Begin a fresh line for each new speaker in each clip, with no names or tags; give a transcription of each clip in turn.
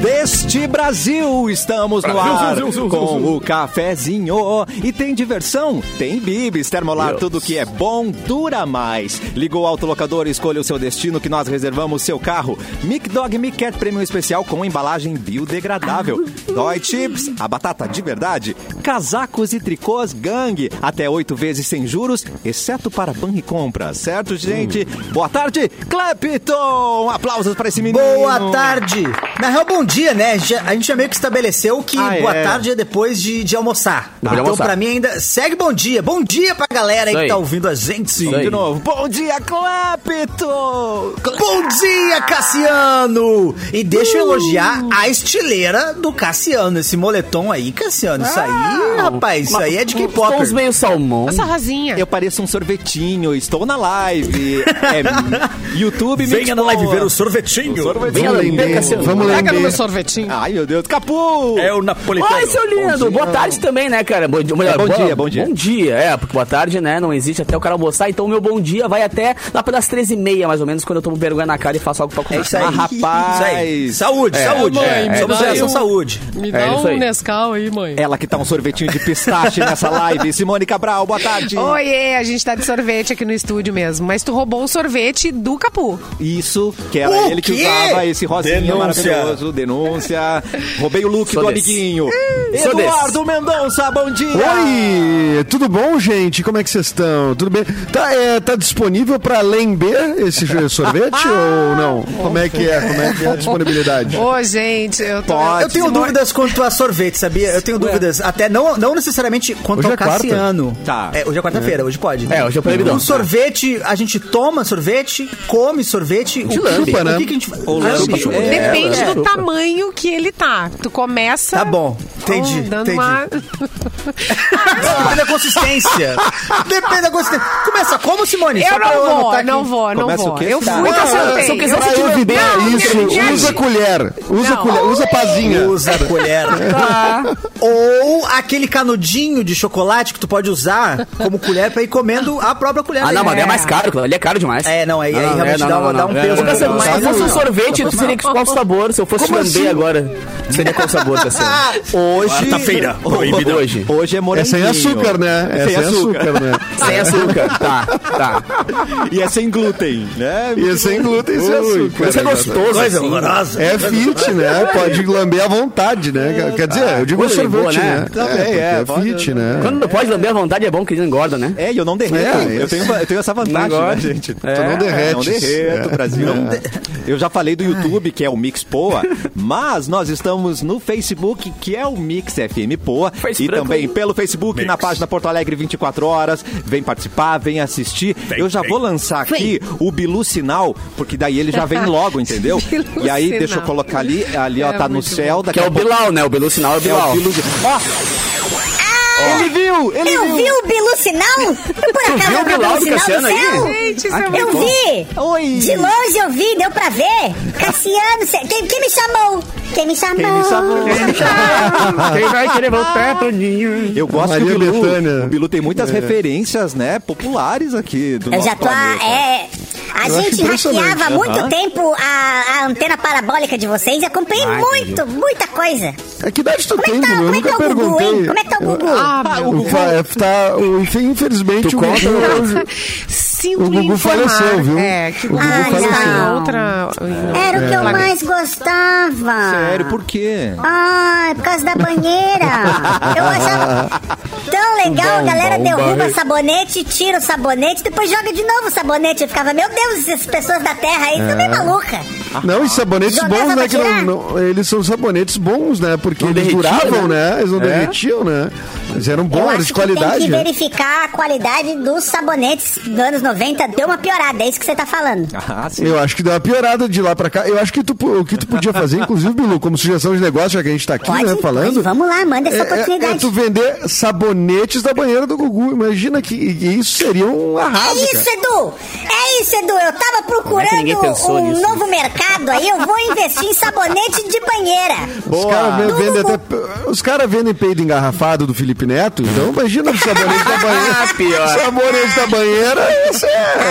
noite, Brasil! Estamos no
Brasil,
ar
Zil, Zil, Zil,
com
Zil, Zil.
o cafezinho. E tem diversão? Tem bibis, termolar,
Deus.
tudo que é bom dura mais. Ligou o autolocador e escolha o seu destino que nós reservamos seu carro. Mic Dog Mic Cat Prêmio Especial com embalagem biodegradável. Dói Chips, a batata de verdade. Casacos e tricôs gangue, até oito vezes sem juros, exceto para banco e compra. Certo, gente?
Hum.
Boa tarde, Clepton! Aplausos para esse menino!
Boa tarde! Na real, bom dia, né? Já- a gente já meio que estabeleceu que
Ah,
boa
é.
tarde é depois de, de almoçar. então,
almoçar.
pra mim, ainda segue bom dia. Bom dia pra galera aí
Isso
que
aí.
tá ouvindo a gente.
aí.
De novo, bom dia, Clepton!
Bom dia, Cassiano! E deixa eu elogiar a estileira do Cassiano. Esse moletom aí, Cassiano. Isso aí, rapaz, isso aí é de K-pop.
Uns meio salmão.
Essa rasinha.
Eu pareço um sorvetinho, estou na live. É, YouTube me
Venha na
expoa.
live ver o sorvetinho.
Vem,
Vamos
Alan,
lembrar,
pega, Cassiano.
vamos
Pega no meu
lembrar.
sorvetinho.
Ai, meu Deus. Capu!
É o napolitano.
Ai, seu lindo! Boa tarde também, né, cara? Bom, dia-
É, bom dia, bom dia.
Bom dia, é, porque boa tarde, né? Não existe até o cara almoçar, então o meu bom dia vai até lá pelas 13h30, mais ou menos, quando eu tomo vergonha na cara e faço algo pra comer.
É isso aí.
Ah, rapaz.
Isso aí. Saúde, saúde.
mãe,
É,
me
Somos
dá
geração
um-
saúde.
Me
É
dá
isso aí.
um Nescau aí, mãe.
Ela que tá um sorvetinho de pistache nessa live. Simone Cabral, boa tarde.
Oiê, a gente tá de sorvete aqui no estúdio mesmo. Mas tu roubou o sorvete do Capu.
Isso, que era
O
ele que
quê?
usava esse rosinha
Denúncia.
maravilhoso. Denúncia. Roubei o look
Sou
do
desse.
amiguinho.
Sou desse.
Eduardo Mendonça, bom dia.
Oi, tudo bom, gente? Como é que vocês estão? Tudo bem? Tá, é, tá disponível pra lembrar esse jo- sorvete ou não? Como é que é? Como é que é a disponibilidade?
Ô, gente, eu tô.
Pode.
Eu tenho
Simone-
dúvidas quanto a sorvete, sabia? Eu tenho dúvidas. Até não, não necessariamente quanto
Hoje
ao
é quarta.
Cassiano.
Tá.
É, hoje é quarta-feira, hoje pode.
É, hoje é proibidão.
O sorvete, a gente toma sorvete, come sorvete. o que-
lambe.
O que, que a gente
Ou
Ah,
lambe.
chupa.
tipo,
É,
Depende
ela-
do tamanho que ele tá. Tu começa.
Tá bom, entendi,
dando
entendi.
uma-
Depende da consistência. Depende da consistência. Começa como, Simone? Só
Eu
pra
não
anotar
vou,
aqui.
não vou, não
Começa o
vou.
quê?
Eu
Tá.
fui
Não,
da
se eu quiser-
sorteio.
Pra evitar
Não,
isso,
entendi.
usa colher. Usa
Não.
colher, usa pazinha.
Usa a colher.
Tá.
Ou aquele canudinho de chocolate que tu pode usar como colher pra ir comendo a própria colher.
Ah, não, mas
é.
é mais caro, claro. ele é caro demais.
É, não, aí, aí
Ah, não,
realmente
é, não,
dá,
não,
uma-
não,
dá um
não.
peso.
Ô, Cassiano,
no
mas se
negócio.
fosse um sorvete, tu seria que qual sabor? Se eu fosse
Como
lamber
assim?
agora, seria qual sabor, tá Cassiano?
Hoje.
Quarta-feira, proibidão.
Hoje. Hoje é
É
moranguinho.
sem açúcar, né? É sem, açúcar, né?
Sem açúcar. Tá, tá.
E é sem glúten, né?
E é sem glúten e sem
Ui,
açúcar.
Isso é
né, cara?
gostoso,
Coisa
assim.
horrorosa.
É fit, né? Pode lamber à vontade, né? Quer dizer, eu digo
coisa
sorvete,
boa, né?
né?
Também,
porque
é,
é
pode-
fit, né?
Quando não pode lamber à vontade, é bom que ele não engorda, né?
É, e eu não derreto.
É,
eu,
esse-
tenho, eu tenho essa vantagem, né,
Negócio.
gente?
Tu não derrete.
Não derreto, Brasil. Não de- Eu já falei do YouTube, que é o Mix Poa, mas nós estamos no Facebook, que é o Mix FM Poa.
Face
e
branco,
também
hein?
pelo Facebook, na página Porto Alegre 24 horas. Vem participar, vem assistir. eu já vou lançar aqui o Bilu Sinal, porque daí ele já vem logo, entendeu?
Bilu
e aí, deixa eu
Sinal.
colocar ali, ali ó,
É
tá no
muito
céu.
Que
Daqui
é
a
o
pouco-
Bilal, né? O Bilu Sinal é o
é
Bilal.
o Bilu. Ó! Ele viu! Ele
Eu vi o Bilu Sinal? Eu por acaso
viu o
eu vi
Bilau
o
do
Bilu
Cassiano
Sinal do
aí?
céu?
Gente, isso é
Eu
muito
vi!
Oi!
De longe eu vi, deu pra ver. Cassiano, cê- quem, quem me chamou? Quem me chamou?
Quem me chamou?
Quem vai querer voltar, Toninho?
Eu gosto
Maria
que o Bilu,
Bethânia.
o Bilu tem muitas referências, né, populares aqui do
Eu
nosso
já tô. a-
planeta.
É, a
Eu acho
gente
impressionante,
hackeava há
aham.
muito tempo a, a antena parabólica de vocês e acompanhei muito, muita coisa.
É que idade tu
Como é
tem,
que tá,
Bilu? Eu
como é que
nunca
tá o Gugu,
perguntei.
hein? Como é que tá o Gugu?
Ah, meu
O fa- tá- o- enfim, infelizmente,
Tu
o é Gugu...
conta,
Sinto
O
lhe
Gugu
informar.
faleceu, viu?
É, que o
O
Gugu
Gugu
está em
faleceu.
outra...
Era o que eu
Claro.
mais gostava.
Sério, por quê?
Ah, é por causa da banheira. Eu achava tão legal. A galera derruba sabonete, tira o sabonete, depois joga de novo o sabonete. Eu ficava, meu Deus, essas pessoas da terra aí são meio
É.
maluca.
Ah.
Não, e sabonetes
Jogava
bons, né?
pra
Que não,
tirar?
não- eles são sabonetes bons, né? Porque
Não
eles
derretiam,
duravam,
né?
né? Eles não
É.
derretiam, né? Eles eram
Eu
bons, eram
acho
de
que
qualidade.
tem que
né?
verificar a qualidade dos sabonetes dos anos 90. Deu uma piorada, é isso que você tá falando.
Ah, sim.
Eu acho que deu uma piorada de lá pra cá. Eu acho que tu, o que tu podia fazer, inclusive, Bilu, como sugestão de negócio, já que a gente tá aqui,
Pode,
né, falando.
pois vamos lá, manda essa
é, é- é
oportunidade.
tu vender sabonete sabonetes da banheira do Gugu. Imagina que e isso seria um
É
arraso,
isso,
cara.
Edu! É isso, Edu! Eu tava
é
que
procurando
ninguém pensou
um
nisso?
novo mercado aí, eu vou investir em sabonete de banheira.
Os caras vendem até. Os caras vendem peido engarrafado do Felipe Neto, então imagina o sabonete da banheira.
pior.
Sabonete da banheira, isso é
Ah, Ah,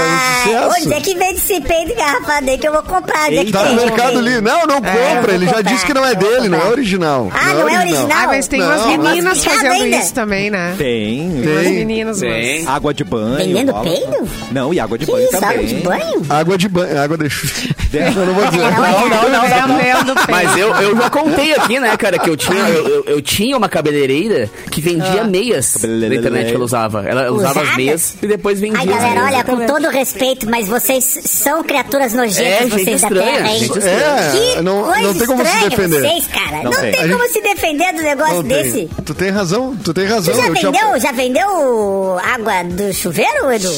um
onde é
sucesso.
que vende esse peito engarrafado aí que eu vou comprar? Onde é que
Tá no
vende?
Mercado Livre. Não, não
É, eu vou
compra. Ele já
comprar,
disse que não é
eu vou
dele, não é
comprar.
original.
Ah, não é original?
Ah, mas tem
Não,
umas
mas
meninas
picado
fazendo
ainda.
isso também, né?
Tem.
Tem umas
Tem.
meninas,
Tem.
mas...
Água de banho.
Vendendo
rola.
peido?
Não, e água de
Que
banho
isso, água
também. Né?
de banho?
Água de banho. Água de Eu não vou
é
dizer.
Não, não, não, não.
Vendendo peito.
Mas eu, eu já contei aqui, né, cara, que eu tinha, eu, eu- eu tinha uma cabeleireira que vendia meias na internet que ela usava. Ela usava as
Ah. Usadas?
meias e depois vendia.
Ai,
as
galera,
meias.
olha, com todo respeito, mas vocês são criaturas
É,
nojentas,
gente
vocês da
estranha,
Terra, hein?
gente
estranha.
Que
É, não-
coisa
não tem como se
estranha
defender.
vocês, cara. Não,
Não
tem,
tem.
A
como
gente-
se defender do negócio
Não
desse.
tem. Tu tem razão, tu tem razão.
Tu já
eu te ap-
vendeu, já vendeu água do chuveiro, Edu?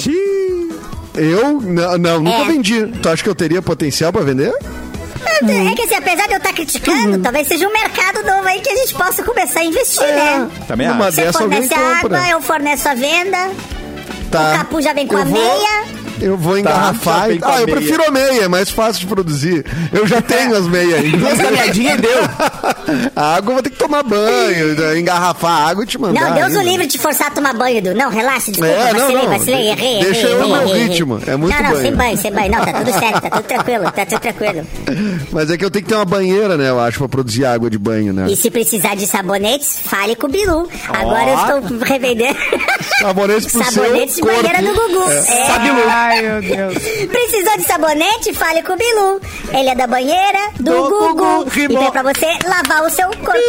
Eu? Não, não, nunca
É.
vendi. Tu acha que eu teria potencial pra vender? Hum.
É que assim, apesar de eu estar criticando,
Uhum.
talvez seja um mercado novo aí que a gente possa começar a investir, né?
Também
Numa
acho.
Você
É. Tá dessa alguém
fornece a
compra.
água, eu forneço a venda.
Tá.
O Capu já vem com
Eu
a
vou-
meia.
Eu vou engarrafar.
Tá, já vem
e-
com a
Ah, eu
meia. É.
prefiro a meia, é mais fácil de produzir. Eu já tenho as meias ainda.
tá
Essa meadinha deu.
a água eu vou ter que tomar banho, né, engarrafar a água e te mandar.
Não, Deus
ainda.
o livre de forçar a tomar banho, Edu. Não, relaxa, desculpa,
Tá É, não,
vacilei,
não.
vacilei, errei,
Deixa
errei,
eu
errei,
no meu
errei, errei.
ritmo, é muito
Não, não,
banho.
sem banho, sem banho. Não, tá tudo certo, tá tudo tranquilo, tá tudo tranquilo.
Mas é que eu tenho que ter uma banheira, né? Eu acho, pra produzir água de banho, né?
E se precisar de sabonetes, fale com o Bilu. Agora eu estou revendendo
Sabonetes pro seu
sabonetes de
corpo.
banheira do Gugu. É.
Ai, meu Deus.
Precisou de sabonete? Fale com o Bilu. Ele é da banheira do,
Do
Gugu.
Gugu, rimou.
E vem pra você lavar o seu corpo.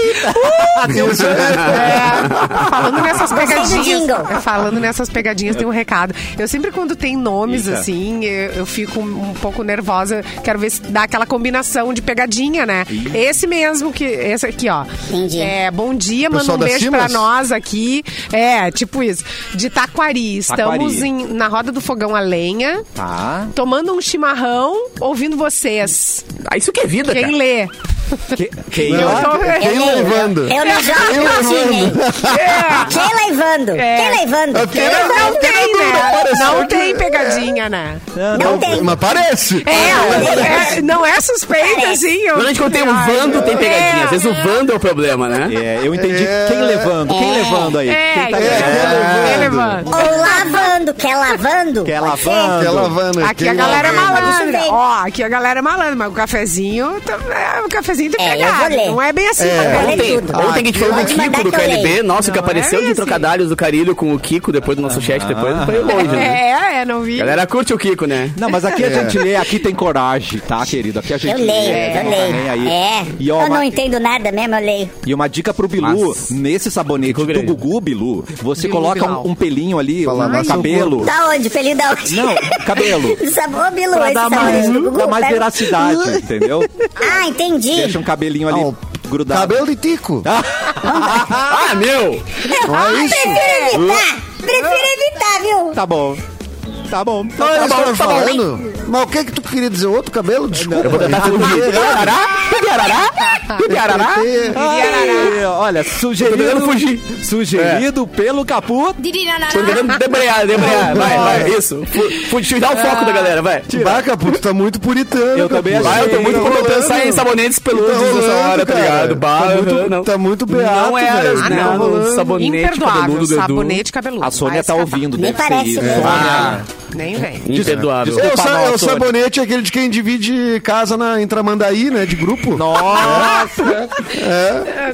É, falando nessas
Gostei do jingle.
pegadinhas. Falando nessas pegadinhas, tem um recado. Eu sempre, quando tem nomes
Eita.
assim, eu, eu fico um pouco nervosa. Quero ver se dá aquela combinação de pegadinha, né? Esse mesmo que. Esse aqui, ó.
Entendi.
É, bom dia, manda
Pessoal
um
da
beijo
Simas?
pra nós aqui. É, tipo isso. De Taquari. Estamos
Taquari.
em- na roda do fogão a lenha,
Tá.
tomando um chimarrão, ouvindo vocês.
Ah, isso que é vida,
Quem
cara.
lê?
Que, é? que
Não,
Eu tô-
Tá? quem
Eu
levando?
Eu não jogo assim, hein? Quem levando?
É.
Quem levando?
Eu
Quem
quero-
levando?
Não tem, né?
Apareceu
Não
que-
tem pegadinha, né?
Não tem.
Mas parece.
É, é, não é suspeita, assim. Eu...
Durante quando tem o Vando, tem pegadinha. Às vezes o Vando é o problema, né?
É, eu entendi.
É.
Quem levando? Quem levando aí?
É,
Quem tá
é,
levando?
é, levando.
Ou lavando. Quer lavando?
Quer
Pode ser?
lavando?
Quer lavando.
Aqui
quem
a galera é
lavando?
malandra.
Isso
Ó, aqui a galera é malandra, mas o cafezinho, tá- é, o cafezinho tem
É, eu
pegado.
vou ler.
Não é bem assim,
É.
tá
Vou ler
Ontem,
tudo.
ontem que a gente falou do
Pode mandar
Kiko do
que eu
KLB, nossa, o que
Não
apareceu
é
de
assim.
esse.
trocadilhos do Carilho com o Kiko depois do nosso chat depois, foi longe, né?
É, é, não vi.
A galera curte o Kiko, né?
Não, mas aqui a gente lê, aqui tem coragem, tá, querido? Aqui a gente
Eu leio,
lê, não
eu
tá nem
leio.
aí.
É,
E, ó,
eu não
uma,
entendo nada mesmo, eu leio.
e uma dica pro Bilu,
Mas-
nesse sabonete
Ficou
do
grande.
Gugu, Bilu, você
Bilu,
coloca
Bilal.
um, um pelinho ali,
Pra
um
lavar seu
cabelo.
Da onde? Pelinho da onde?
Não, cabelo.
Do sabor Bilu,
Pra
esse
dar
sabonete
mais,
do Gugu,
dar mais
pega-
veracidade, entendeu?
Ah, entendi.
Deixa um cabelinho ali
Ah, o
grudado.
Cabelo de tico.
Ah, meu!
Não é isso?
Ah, Prefiro evitar. Prefiro evitar, viu?
Tá bom. Tá bom.
Não,
tá
eles
bom.
foram falando. Mas o que que tu queria dizer? Outro cabelo? Desculpa. Eu vou tentar
Piarará? Piarará? Piarará?
tá. Ai, olha, sugerido,
tentando fugir.
sugerido
É.
pelo Capu.
Tô tentando debrear, debrear. Vai, vai, isso. Fude, dá o foco da galera, vai.
Vaca, puto, tá muito puritano.
Eu também
Capu.
achei.
Vai, eu tô muito
Tá
propensa em
rolando.
sabonetes
Tá
peludos nessa
rolando,
hora, tá
cara.
ligado? Bah,
Tá muito-
aham, não.
tá muito beato,
Não era,
velho.
né?
Ah,
Tá
não.
rolando.
Sabonete
Imperdoável,
cabeludo do Edu.
sabonete cabeludo.
A Sônia
Vai
tá
escapar.
ouvindo,
Nem
deve ser
parece
isso.
mesmo.
né?
Sônia.
Nem vem.
É
Imperdoável.
o, sa-
Desculpa,
é o
não, Sônia.
sabonete, aquele de quem divide casa na, em Tramandaí, né? De grupo.
Nossa!
Ah,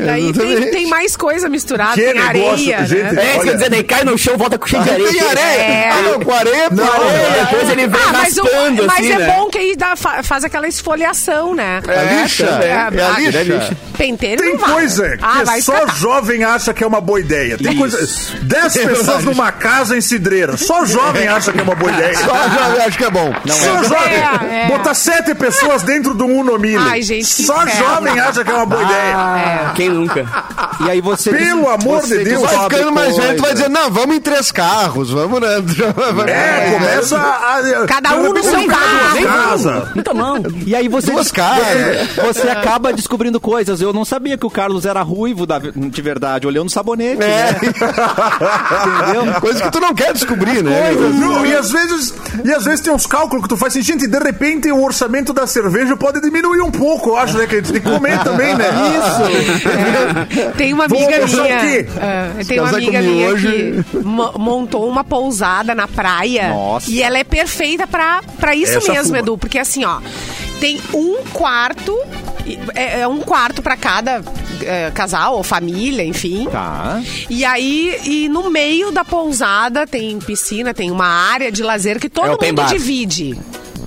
Daí
Exatamente.
tem, tem mais coisa misturada,
Que
tem
negócio,
areia, né?
gente.
É, isso
Olha.
quer dizer, daí cai no chão, volta cheio de areia.
Tem areia!
É.
Ah, não, com areia, com areia.
Areia, Depois ele vem
Ah, mas, o-
raspando,
mas
assim,
é
né?
bom que aí dá, fa- faz aquela esfoliação, né?
É a lixa.
também.
É a lixa.
Penteiro
Tem
não vai.
coisa que
Ah, vai
só
escapar.
jovem acha que é uma boa ideia. Tem
Isso.
coisa. Dez pessoas numa casa em cidreira. Só jovem acha que é uma boa ideia.
Só joga, acho que é bom.
Só jovem.
É, é.
Botar sete pessoas dentro de um Unomille.
Ai, gente, que
Só
inferno.
jovem acha que é uma boa ideia.
Quem nunca?
E aí você.
Pelo amor de Deus.
Vai
descobre
Tá ficando mais velho, tu vai
coisas.
dizer, não, vamos em três carros, vamos, né?
É, começa a. a-
Cada um no
tem
seu
um cara
carro.
em casa.
Muita mão.
E aí você,
Duas caras.
você acaba descobrindo coisas. Eu não sabia que o Carlos era ruivo da- de verdade, olhando sabonete.
É.
né? Entendeu?
Coisa que tu não quer descobrir, né?
Não, e às vezes, e às vezes tem uns cálculos que tu faz assim, gente, de repente o orçamento da cerveja pode diminuir um pouco, eu acho, né? Que a gente tem que comer também, né? Isso!
É. Tem uma
Vou
amiga
almoçar
minha.
aqui.
ah, tem uma
casar
amiga
comigo
minha
hoje.
que mo- montou uma pousada na praia.
Nossa.
E ela é perfeita pra, pra isso
Essa é
mesmo,
fuma.
Edu. Porque assim, ó, tem um quarto. e- É, é um quarto pra cada é, casal ou família, enfim.
Tá.
E aí, e no meio da pousada tem piscina, tem uma área de lazer que todo
É open
mundo
bar.
divide.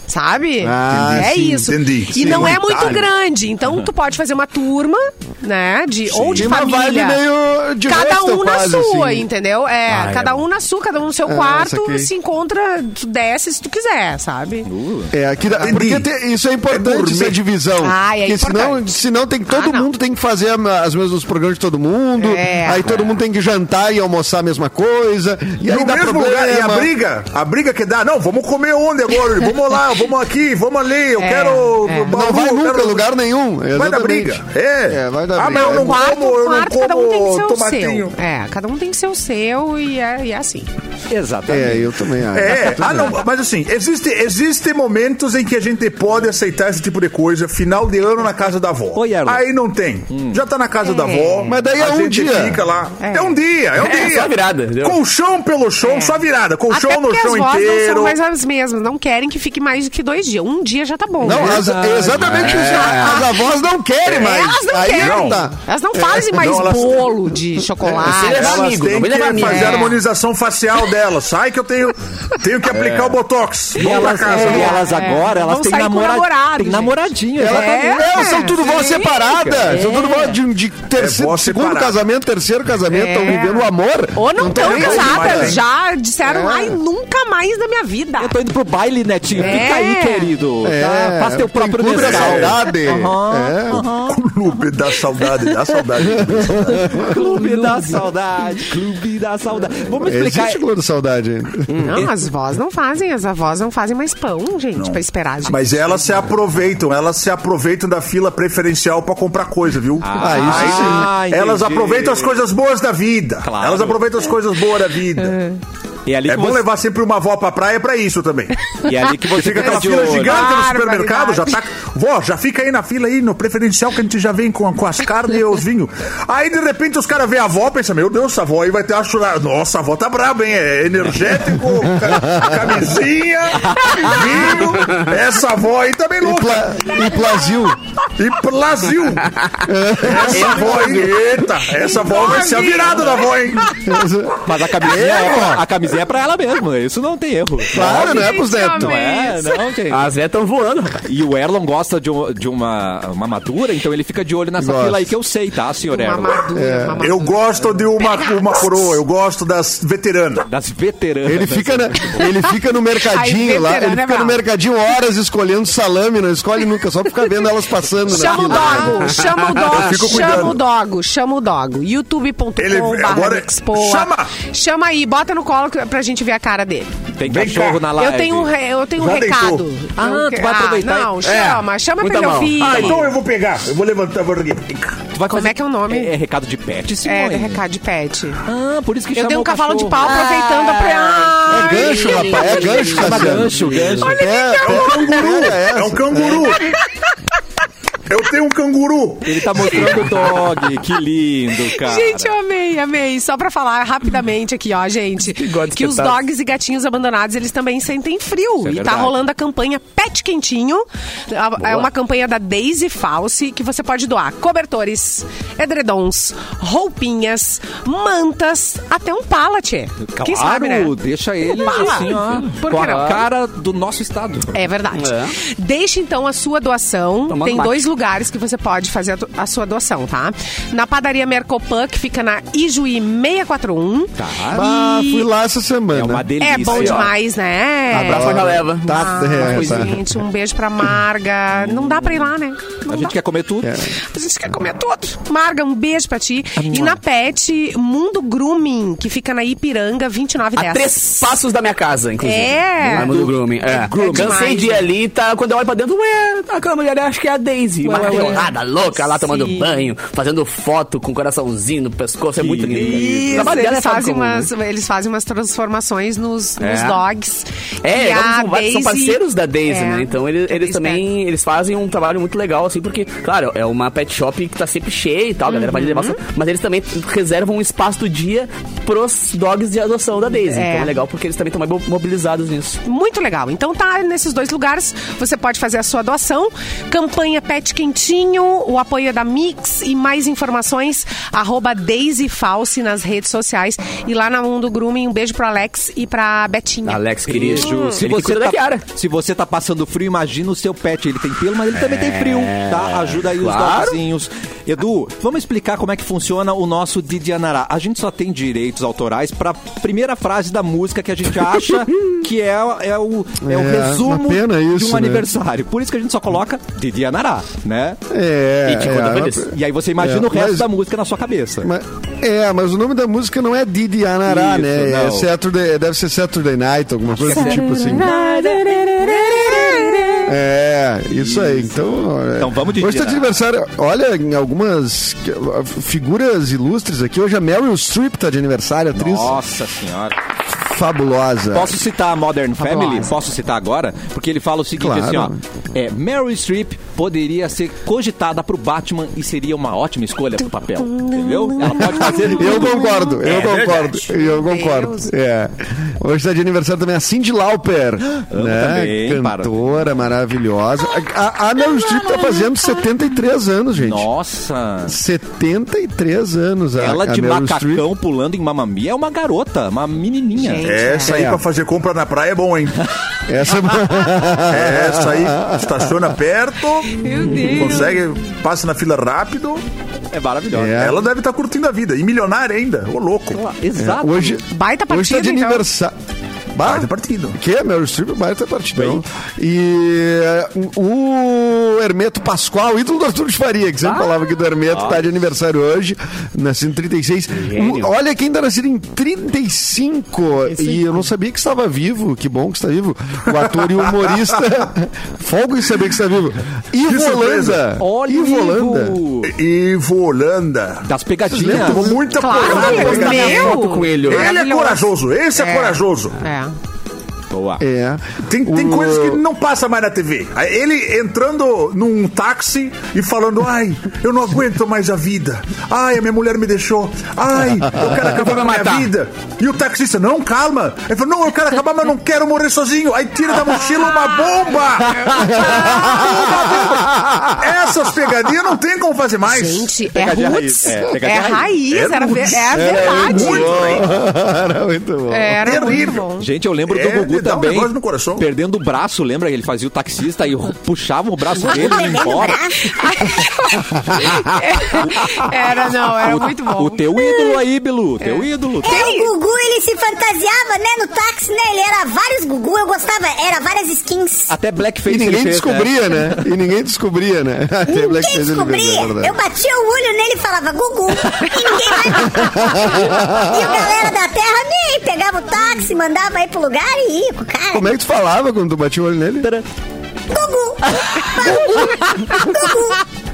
Sabe?
Ah,
é
sim,
isso.
entendi.
E
Sim,
não
um
é muito
atalho.
grande. Então tu pode fazer uma turma, né? De, ou de
Tinha uma vibe
família.
meio de
Cada
hostel,
um na
quase,
sua,
assim.
entendeu? É,
Ah, é
cada
bom.
um na sua, cada um no seu
Ah,
quarto,
saquei.
se encontra, tu desce se tu quiser, sabe?
É, aqui, dá-
Entendi.
porque tem- isso é
É
importante,
gourmet.
essa divisão.
Ah, é
porque senão,
importante.
senão tem, que- todo
Ah, não.
mundo tem que fazer a- as mesmas programas de todo mundo.
É.
aí todo mundo tem que jantar e almoçar a mesma coisa. E aí
no
dá
mesmo
problema.
lugar, e a briga, a briga que dá, não, vamos comer onde agora? Vamos lá, vamos aqui, vamos ali, eu
É,
quero.
é.
Bauru,
Não vai
eu
nunca,
quero-
lugar nenhum.
Vai dar
Exatamente.
briga. É.
É, vai dar
ah,
briga.
mas eu não
um Quarto,
como, eu não
quarto, cada um tem que
como
ser o
tomatinho.
seu. É, cada um tem que ser o seu e é, e é assim.
Exatamente.
É, eu também acho.
É, ah, não, mas assim, existe, existe momentos em que a gente pode aceitar esse tipo de coisa, final de ano na casa da avó.
Oi, Erlon.
Aí não tem.
Hum.
Já tá na casa da avó.
Mas daí é
a
um
gente
dia.
fica lá. É. um dia, é um
É,
dia.
só virada, entendeu?
Colchão pelo chão, só virada. Colchão
É. Até
no
porque as
chão
vozes não
inteiro.
são mais as mesmas, não querem que fique mais do que dois dias. Um dia já tá bom.
Não,
né?
as- exatamente isso.
É.
As avós não querem mais.
Elas não
Aí
querem.
não tá.
Elas não fazem mais
Não, elas-
bolo de chocolate.
É,
Elas
amigo,
têm
não
que
me leva amigo.
fazer
É.
a harmonização facial dela. Sai que eu tenho, tenho que aplicar o Botox.
E
Vamos pra
elas,
casa.
é, e
vó.
elas
é.
agora, elas
Vão
têm
sair com
namora...
namorado,
tem
gente.
namoradinha.
Ela tá-
exatamente.
é, são tudo vó
sim, é.
separada.
cara.
São tudo vó de, um de
É
terceiro,
vó
segundo
separada.
casamento, terceiro casamento, estão
É.
vivendo o amor. Então é
Ou não
tem
estão
nem como.
mais,
casadas,
hein?
já disseram, ai, nunca mais na minha vida.
Eu tô indo pro baile, Netinho.
É.
Fica aí, querido.
É,
Tá? Faz teu
tem
próprio
clube da
Nescau.
saudade.
Aham,
É.
Clube da saudade, da saudade.
Clube da saudade. Clube da saudade. Vamos explicar.
Existe clube da saudade.
Não, as vós não fazem, as avós não fazem mais pão, gente, pra esperar. Gente.
Mas elas se aproveitam, elas se aproveitam da fila preferencial pra comprar coisa, viu?
Ah, isso
Aí
Ah,
sim. Elas
entendi.
aproveitam as coisas boas da vida.
Claro.
Elas aproveitam as coisas boas da vida.
E ali
É,
que
bom
você-
levar sempre uma avó pra praia pra isso também.
E é ali que você
Fica
fica
aquela
de
fila
olho.
gigante no
Barbaridade.
supermercado, já tá. Vó, já fica aí na fila aí, no preferencial, que a gente já vem com, com as carnes e os vinhos. Aí de repente os caras veem a avó e pensam, meu Deus, essa avó aí vai ter uma churrasca. Nossa, a avó tá braba, hein? É energético, ca- camisinha, vinho. Essa avó aí tá bem
E,
louca.
pla, e Plasil.
E Brasil! Essa avó, hein? Eita! Essa avó vai ser a virada da avó, hein?
Mas a camisinha é,
É,
pra, a camisinha é pra ela mesma, isso não tem erro.
Claro, não é pros netos.
Não é, não, gente.
As velhas estão voando, rapaz.
E o Erlon gosta de, um- de uma, uma madura, então ele fica de olho nessa
Gosta.
fila aí que eu sei, tá, senhor
Uma
é.
Erlon?
madura, uma madura.
Eu gosto de uma, uma coroa, eu gosto das veteranas.
Das veteranas.
Ele fica, na- ele fica no mercadinho
Aí,
lá,
veterano
ele
é
fica no
bravo.
mercadinho horas escolhendo salame, não escolhe nunca, só pra ficar vendo elas passando né? na
né?
Chama o
fila.
dogo, chama o
fico
dogo, chama
cuidando.
o dogo, chama o dogo. youtube.com
Ele-
barra
agora-
Expoa.
Chama!
Chama aí, bota no colo que- pra gente ver a cara dele.
assim, Tem
Vem
cachorro
cá.
na live.
Eu tenho um, re- eu tenho um
Já
recado.
deitou.
Ah,
Eu
tu
que-
vai aproveitar
não,
e- É,
chama, chama
Muita
pra ele
mão.
ouvir.
Ah, então eu vou pegar, eu vou levantar, vou erguer.
Tu vai
Como é que é o nome?
É, é recado de pet, Simone?
É, de recado de pet.
Ah, por isso que
Eu
chamou
dei um
o
cavalo de
cachorro.
pau aproveitando a pra...
É gancho, rapaz, é gancho,
Chama
Cassiano.
gancho, gancho.
É, é,
É um canguru! Eu tenho um canguru!
Ele tá mostrando o dog, que lindo, cara.
Gente, eu amei, amei. Só pra falar rapidamente aqui, ó, gente. Que,
gosta de
os
espetáculo.
dogs e gatinhos abandonados, eles também sentem frio.
Isso é
e tá
verdade.
rolando a campanha Pet Quentinho. A- É
Boa.
uma campanha da Daisy False que você pode doar cobertores, edredons, roupinhas, mantas, até um pallet.
Claro,
Quem sabe, né?
deixa ele
Fala.
assim, ó,
Por
com
que
a
não?
cara do nosso estado.
É verdade. Deixe então a sua doação.
Tomando
Tem
mate.
dois lugares que você pode fazer a, do- a sua doação, tá? Na padaria Mercopan, que fica na Ijuí 641. Tá.
Ah, fui lá essa semana.
É uma delícia.
É bom
Aí, ó.
demais, né?
Abraço pra galera.
Tá,
Ai,
é, tá.
gente, um beijo pra Marga. Não dá pra ir lá, né? Não
A gente
dá.
quer comer tudo.
A gente quer comer tudo. Marga, um beijo pra ti. E na Pet, Mundo Grooming, que fica na Ipiranga,
A
2910.
três passos da minha casa, inclusive.
É.
Lá no grooming. É.
Grooming.
Cansei de ir ali, tá, quando eu olho pra dentro, ué, a câmera ali, acho que é a Daisy. Uma
Ué.
cachorrada louca lá tomando
Sim.
banho, fazendo foto com o coraçãozinho no pescoço. É muito lindo. cara. O
Isso,
trabalho dela
eles,
é foda
fazem
comum, né?
umas, eles fazem umas transformações nos,
É.
nos dogs.
É,
E
eles
a
são, vários- são
Daisy-
parceiros da Daisy,
É,
né? Então eles,
a
eles
Daisy
também eles fazem um trabalho muito legal, assim, porque, claro, é uma pet shop que tá sempre cheia e tal, a galera
Uhum.
pode levar. Mas eles também reservam um espaço do dia pros dogs de adoção da Daisy.
É.
Então é legal porque eles também estão mais mo- mobilizados nisso.
Muito legal. Então tá nesses dois lugares. Você pode fazer a sua doação. Campanha Pet Quentinho, o apoio é da Mix e mais informações, arroba Daisy False nas redes sociais. E lá na Mundo Grooming, um beijo pro Alex e pra Betinha.
Alex, querido.
hum, Se
Hum,
Ele que
você,
cuida da Kiara.
tá, se você tá passando frio, imagina o seu pet. Ele tem pelo, mas ele também tem frio, tá? Ajuda aí
claro.
os dogzinhos. Edu, vamos explicar como é que funciona o nosso Didianará. A gente só tem direitos autorais pra primeira frase da música que a gente acha que é, é o, é o
É,
resumo
uma pena
de
isso,
um
né?
aniversário. Por isso que a gente só coloca Didianará, né?
É,
E te conta pra eles.
E aí você imagina o
É,
resto
mas-
da música na sua cabeça.
Mas- é, mas o nome da música não é Didi Anará,
Isso,
né? É
não.
Saturday- deve ser Saturday Night, alguma coisa do tipo assim. É, isso aí. Então, é.
Então vamos de
Hoje tá
Didi
de aniversário. Olha, em algumas que- figuras ilustres aqui. Hoje a Meryl Streep tá de aniversário, atriz Tá.
Nossa senhora.
fabulosa.
Posso citar a Modern Family? Posso citar agora? Porque ele fala o seguinte,
Claro.
assim, ó. É, Meryl Streep poderia ser cogitada pro Batman e seria uma ótima escolha pro papel. Entendeu? Ela pode fazer...
Eu concordo, eu
É
concordo, eu concordo.
Deus.
É. Hoje tá de aniversário também a Cindy Lauper, né?
também,
Cantora maravilhosa. A, a, a Meryl Streep tá fazendo 73 anos, gente.
Nossa...
73 anos Tá, a,
Ela
a
de
Meryl
macacão
Streep.
pulando em mamamia é uma garota, uma menininha.
Gente.
Essa aí
É.
pra fazer compra na praia é bom, hein?
Essa
É, essa aí estaciona perto,
Meu Deus.
consegue, passa na fila rápido.
É maravilhosa.
É.
Ela deve estar curtindo a vida. E milionária ainda, ô louco.
É.
Exato.
hoje,
Baita
hoje tá
partida,
de
então.
aniversário.
Vai ter partido.
Que? é Meryl Streep, baita partidão. E eh, o Hermeto Pascoal, ídolo do Arthur de Faria, que sempre falava aqui do Hermeto, tá de aniversário hoje, nascido em 36. O- olha quem tá nascido em 35. E eu não sabia que estava vivo, que bom que está vivo. O ator e humorista. Folgo em saber que está vivo. Ivo
surpresa.
Holanda. Ivo Holanda.
Ivo.
Ivo Holanda.
Das
Ele
pegadinhas.
tomou muita porrada.
Claro,
Ele,
meu.
foto com ele, ó.
é
Maravilhoso.
corajoso, esse é, corajoso.
É.
Boa.
É.
Tem, tem
O-
coisas que não passa mais na TV. Ele entrando num táxi e falando: Ai, eu não aguento mais a vida. Ai, a minha mulher me deixou. Ai, eu quero acabar com a minha
matar."
vida. E o taxista: Não, calma. Ele falou: Não, eu quero acabar, mas não quero morrer sozinho. Aí tira da mochila uma bomba. Essas pegadinhas não tem como fazer mais.
Gente, é
Pegadinha
roots.
raiz. É,
É,
pegadinha
raiz.
raiz.
Era, ver- é a
Era
verdade.
muito bem.
Era muito bom.
Era muito
Terrível.
bom.
Gente, eu lembro
É,
do Gugu
me dá um
também.
negócio no coração.
Perdendo o braço, lembra? Ele fazia o taxista e ru- puxava o braço dele e ia
Perdendo o
embora.
braço.
Era, não, era
o,
É muito bom.
o teu ídolo aí, Bilu. Teu ídolo.
É, o Gugu, ele se fantasiava, né, no táxi, né? Ele era vários Gugu, eu gostava, era várias skins.
Até blackface
E ninguém
ele fez, né?
descobria, né? E ninguém descobria, né? Até Black Days
Quem
ele fez,
descobria?
é verdade.
Eu batia o olho nele e falava Gugu. E ninguém mais. e o galera da terra nem aí, pegava o táxi, mandava ir pro lugar e ia com o cara.
Como é que tu falava quando tu batia o olho nele?
Gugu. Gugu. É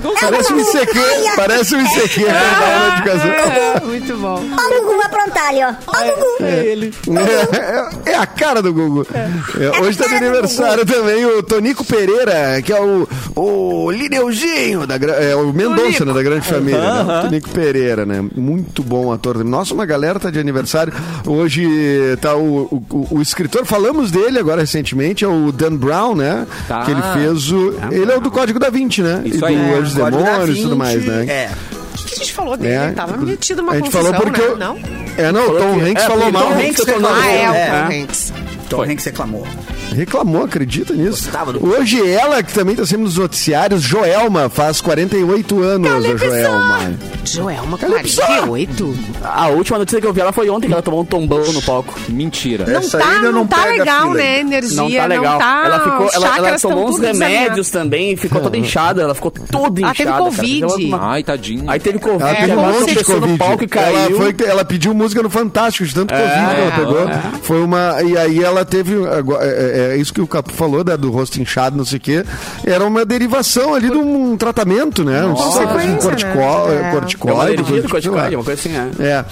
o
Parece um
Gugu.
ICQ,
Ai, ó.
parece um ICQ da aula de educação.
É, muito bom.
Ó o Gugu vai aprontar ali, ó. Ó o Gugu.
é.
É, é a cara do Gugu. É, hoje tá de aniversário também o Tonico Pereira, que é o, o Lineuzinho, da, gra- é, o Mendonça, né, da grande família. né? O Tonico Pereira, né? Muito bom ator. Nossa, uma galera tá de aniversário. Hoje tá o, o- o- o escritor, falamos dele agora recentemente, é o Dan Brown, né?
Tá.
Que ele fez o. Ele é o do Código da Vinci, né?
Isso
e do
aí.
Anjos e
Código da
Demônios e tudo
Vinci,
mais, né?
É.
O que, que a gente falou dele?
É.
Ele tava metido numa
a gente
confusão,
falou porque
né?
o-
Não?
É, não, o Tom Hanks
É,
falou
porque
mal.
Tom Hanks, eu tô
Ah, é, o
É.
Tom Hanks.
Então nem que você clamou.
Reclamou, acredita nisso.
Gostava do-
Hoje ela, que também tá sempre nos noticiários, Joelma, faz 48 anos, a Joelma.
Joelma, 48?
A última notícia que eu vi ela foi ontem, que ela tomou um tombão no palco.
Mentira.
Não
Essa
tá,
ainda
não,
não
tá
pega
legal,
fila
né?
ainda.
Energia,
Não tá legal.
tá-
ela ficou,
os
ela, ela
chakras
tomou
tão
uns
tudo desalinhados.
remédios também, ficou toda inchada, ela ficou toda
Ela
inchada.
teve
cara.
Covid.
Ela tomou-
Ai, tadinho.
Aí teve Covid,
Ela
É,
teve um
com
monte de
certeza.
no
Covid.
palco e caiu. É.
Ela, foi, ela pediu música no Fantástico, de tanto Covid que ela pegou. Foi uma. E aí ela teve. agora- É, é- é isso que o Capu falou, né, do rosto inchado, não sei o quê. Era uma derivação ali de um tratamento, né? Um,
Nossa.
um corticó,
Né? É.
Deu uma
corticóide.
alergia do
sei lá.
corticoide, uma coisa assim, né?
É.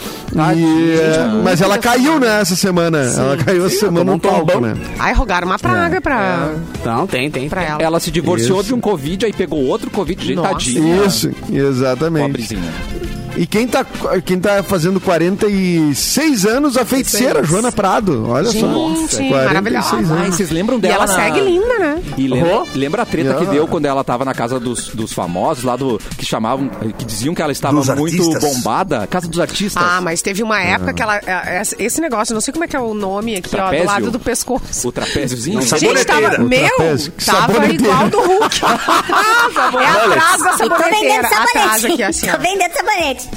E, é, mas ela caiu, né, essa semana. Ela caiu essa semana
tomou
no
um
palco,
tombão.
né?
Ai, rogaram uma praga pra,
Não, tem, tem.
pra ela.
Ela se divorciou
Isso.
de um Covid, aí pegou outro Covid, gente,
Nossa.
tadinha. né?
Isso, exatamente.
Pobrezinha.
E quem tá, quem tá fazendo 46 anos, a feiticeira, Joana Prado. Olha
Gente,
só.
maravilhosa.
Ai, vocês lembram
E
dela?
ela
na-
segue linda, né?
E lembra,
Uhum.
lembra a treta
Yeah.
que deu quando ela tava na casa dos, dos famosos, lá do. que chamavam. que diziam que ela estava
Dos
muito
artistas.
bombada? Casa dos artistas.
Ah, mas teve uma
Uhum.
época que ela. eh, eh, Esse negócio, não sei como é que é o nome aqui, ó,
Trapézio?
do lado do pescoço.
O trapéziozinho.
Gente, tava.
Saboneteira.
O
Meu,
trapézio. Que
tava
saboneteira.
igual do Hulk. é atrás da
Eu tô vendendo
saboneteira. Atrás aqui,
sabonete.
assim,
Tô
ó.
vendendo sabonete.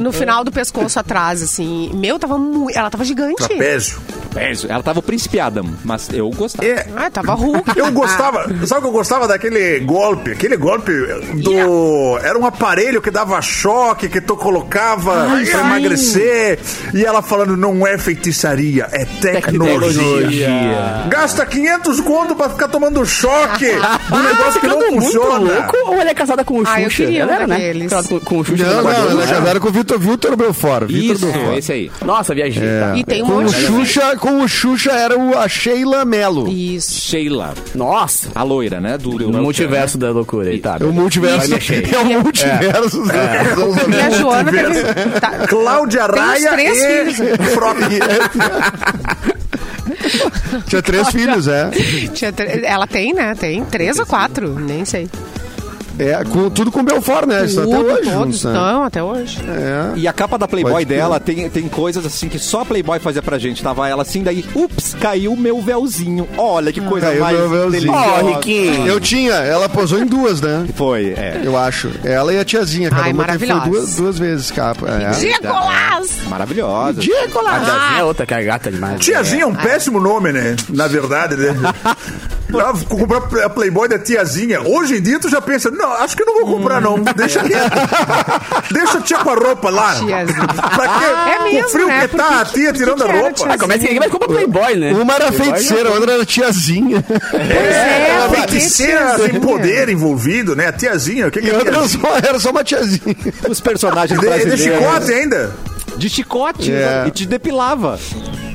No final do pescoço atrás, assim. Meu, tava muito. Ela tava
Tá
gigante.
Trapézio.
Trapézio. Ela tava o príncipe Adam, mas eu gostava.
É.
Ah, tava Hulk.
Eu gostava, sabe o que eu gostava daquele golpe? Aquele golpe do. Era um aparelho que dava choque, que tu colocava
Ah,
pra emagrecer. E ela falando, não é feitiçaria, é tecnologia. Gasta 500 conto pra ficar tomando choque
um
do negócio que não funciona.
louco ou ela é casada com o Xuxa?
Ah, eu queria um
ela era, né?
daqueles.
Casada com, com o Xuxa.
Não,
do
não, ela
Guardiões,
é
né?
casada com o Vitor Vitor Belfort. Vitor
Isso,
Belfort.
é
esse aí.
é Nossa, viajei.
É.
tá?
E tem um
Com o
monte de.
Xuxa, com o Xuxa era o, a Sheila Mello.
Isso.
Sheila,
Nossa.
a loira, né? Do, do
O multiverso da loucura aí, tá?
É o multiverso.
mexer.
É o multiverso.
É. E a Joana teve. tá-
Cláudia
Tem os
Raia
três
e Frota.
Tinha três filhos, é.
tinha tre- Ela tem, né? Tem três ou quatro, nem sei.
é com, tudo com o Belfort, né? Isso até
Tudo,
hoje.
todos então.
juntos, né?
estão, até hoje.
É.
E a capa da Playboy
Pode crer.
dela tem, tem coisas assim que só a Playboy fazia pra gente. Tava ela assim, daí, ups, caiu meu véuzinho. Olha que coisa
Caiu
mais
meu véuzinho.
deliciosa.
Ó, Riquinho.
Eu tinha, ela posou em duas, né?
Foi, é.
Eu acho. Ela e a tiazinha, cada
Ai,
uma teve- foi
maravilhosa.
duas, duas vezes capa. É.
Nicolás!
Maravilhosa.
A Gazinha
Ah.
é outra que é gata demais.
Tiazinha é um péssimo nome, né? Na verdade, né? Ah, vou comprar a Playboy da tiazinha. Hoje em dia tu já pensa, não, acho que não vou comprar
Hum.
não. Deixa quieto. Deixa a tia com a roupa lá.
Tiazinha.
Pra quê?
É mesmo,
o frio
né?
que tá, a tia tirando
que
a
era
roupa.
tiazinha?
Começa que vai comprar Playboy, né?
Uma era feiticeira, a outra era tiazinha.
Pois é,
Ela
por
vai
que
feiticeira
tiazinha?
sem poder envolvido, né? A tiazinha, o que, que
E
é
outra
tiazinha?
só, era só uma tiazinha.
Os personagens
De, de
brasileiros.
chicote ainda.
De chicote.
É.
E te depilava.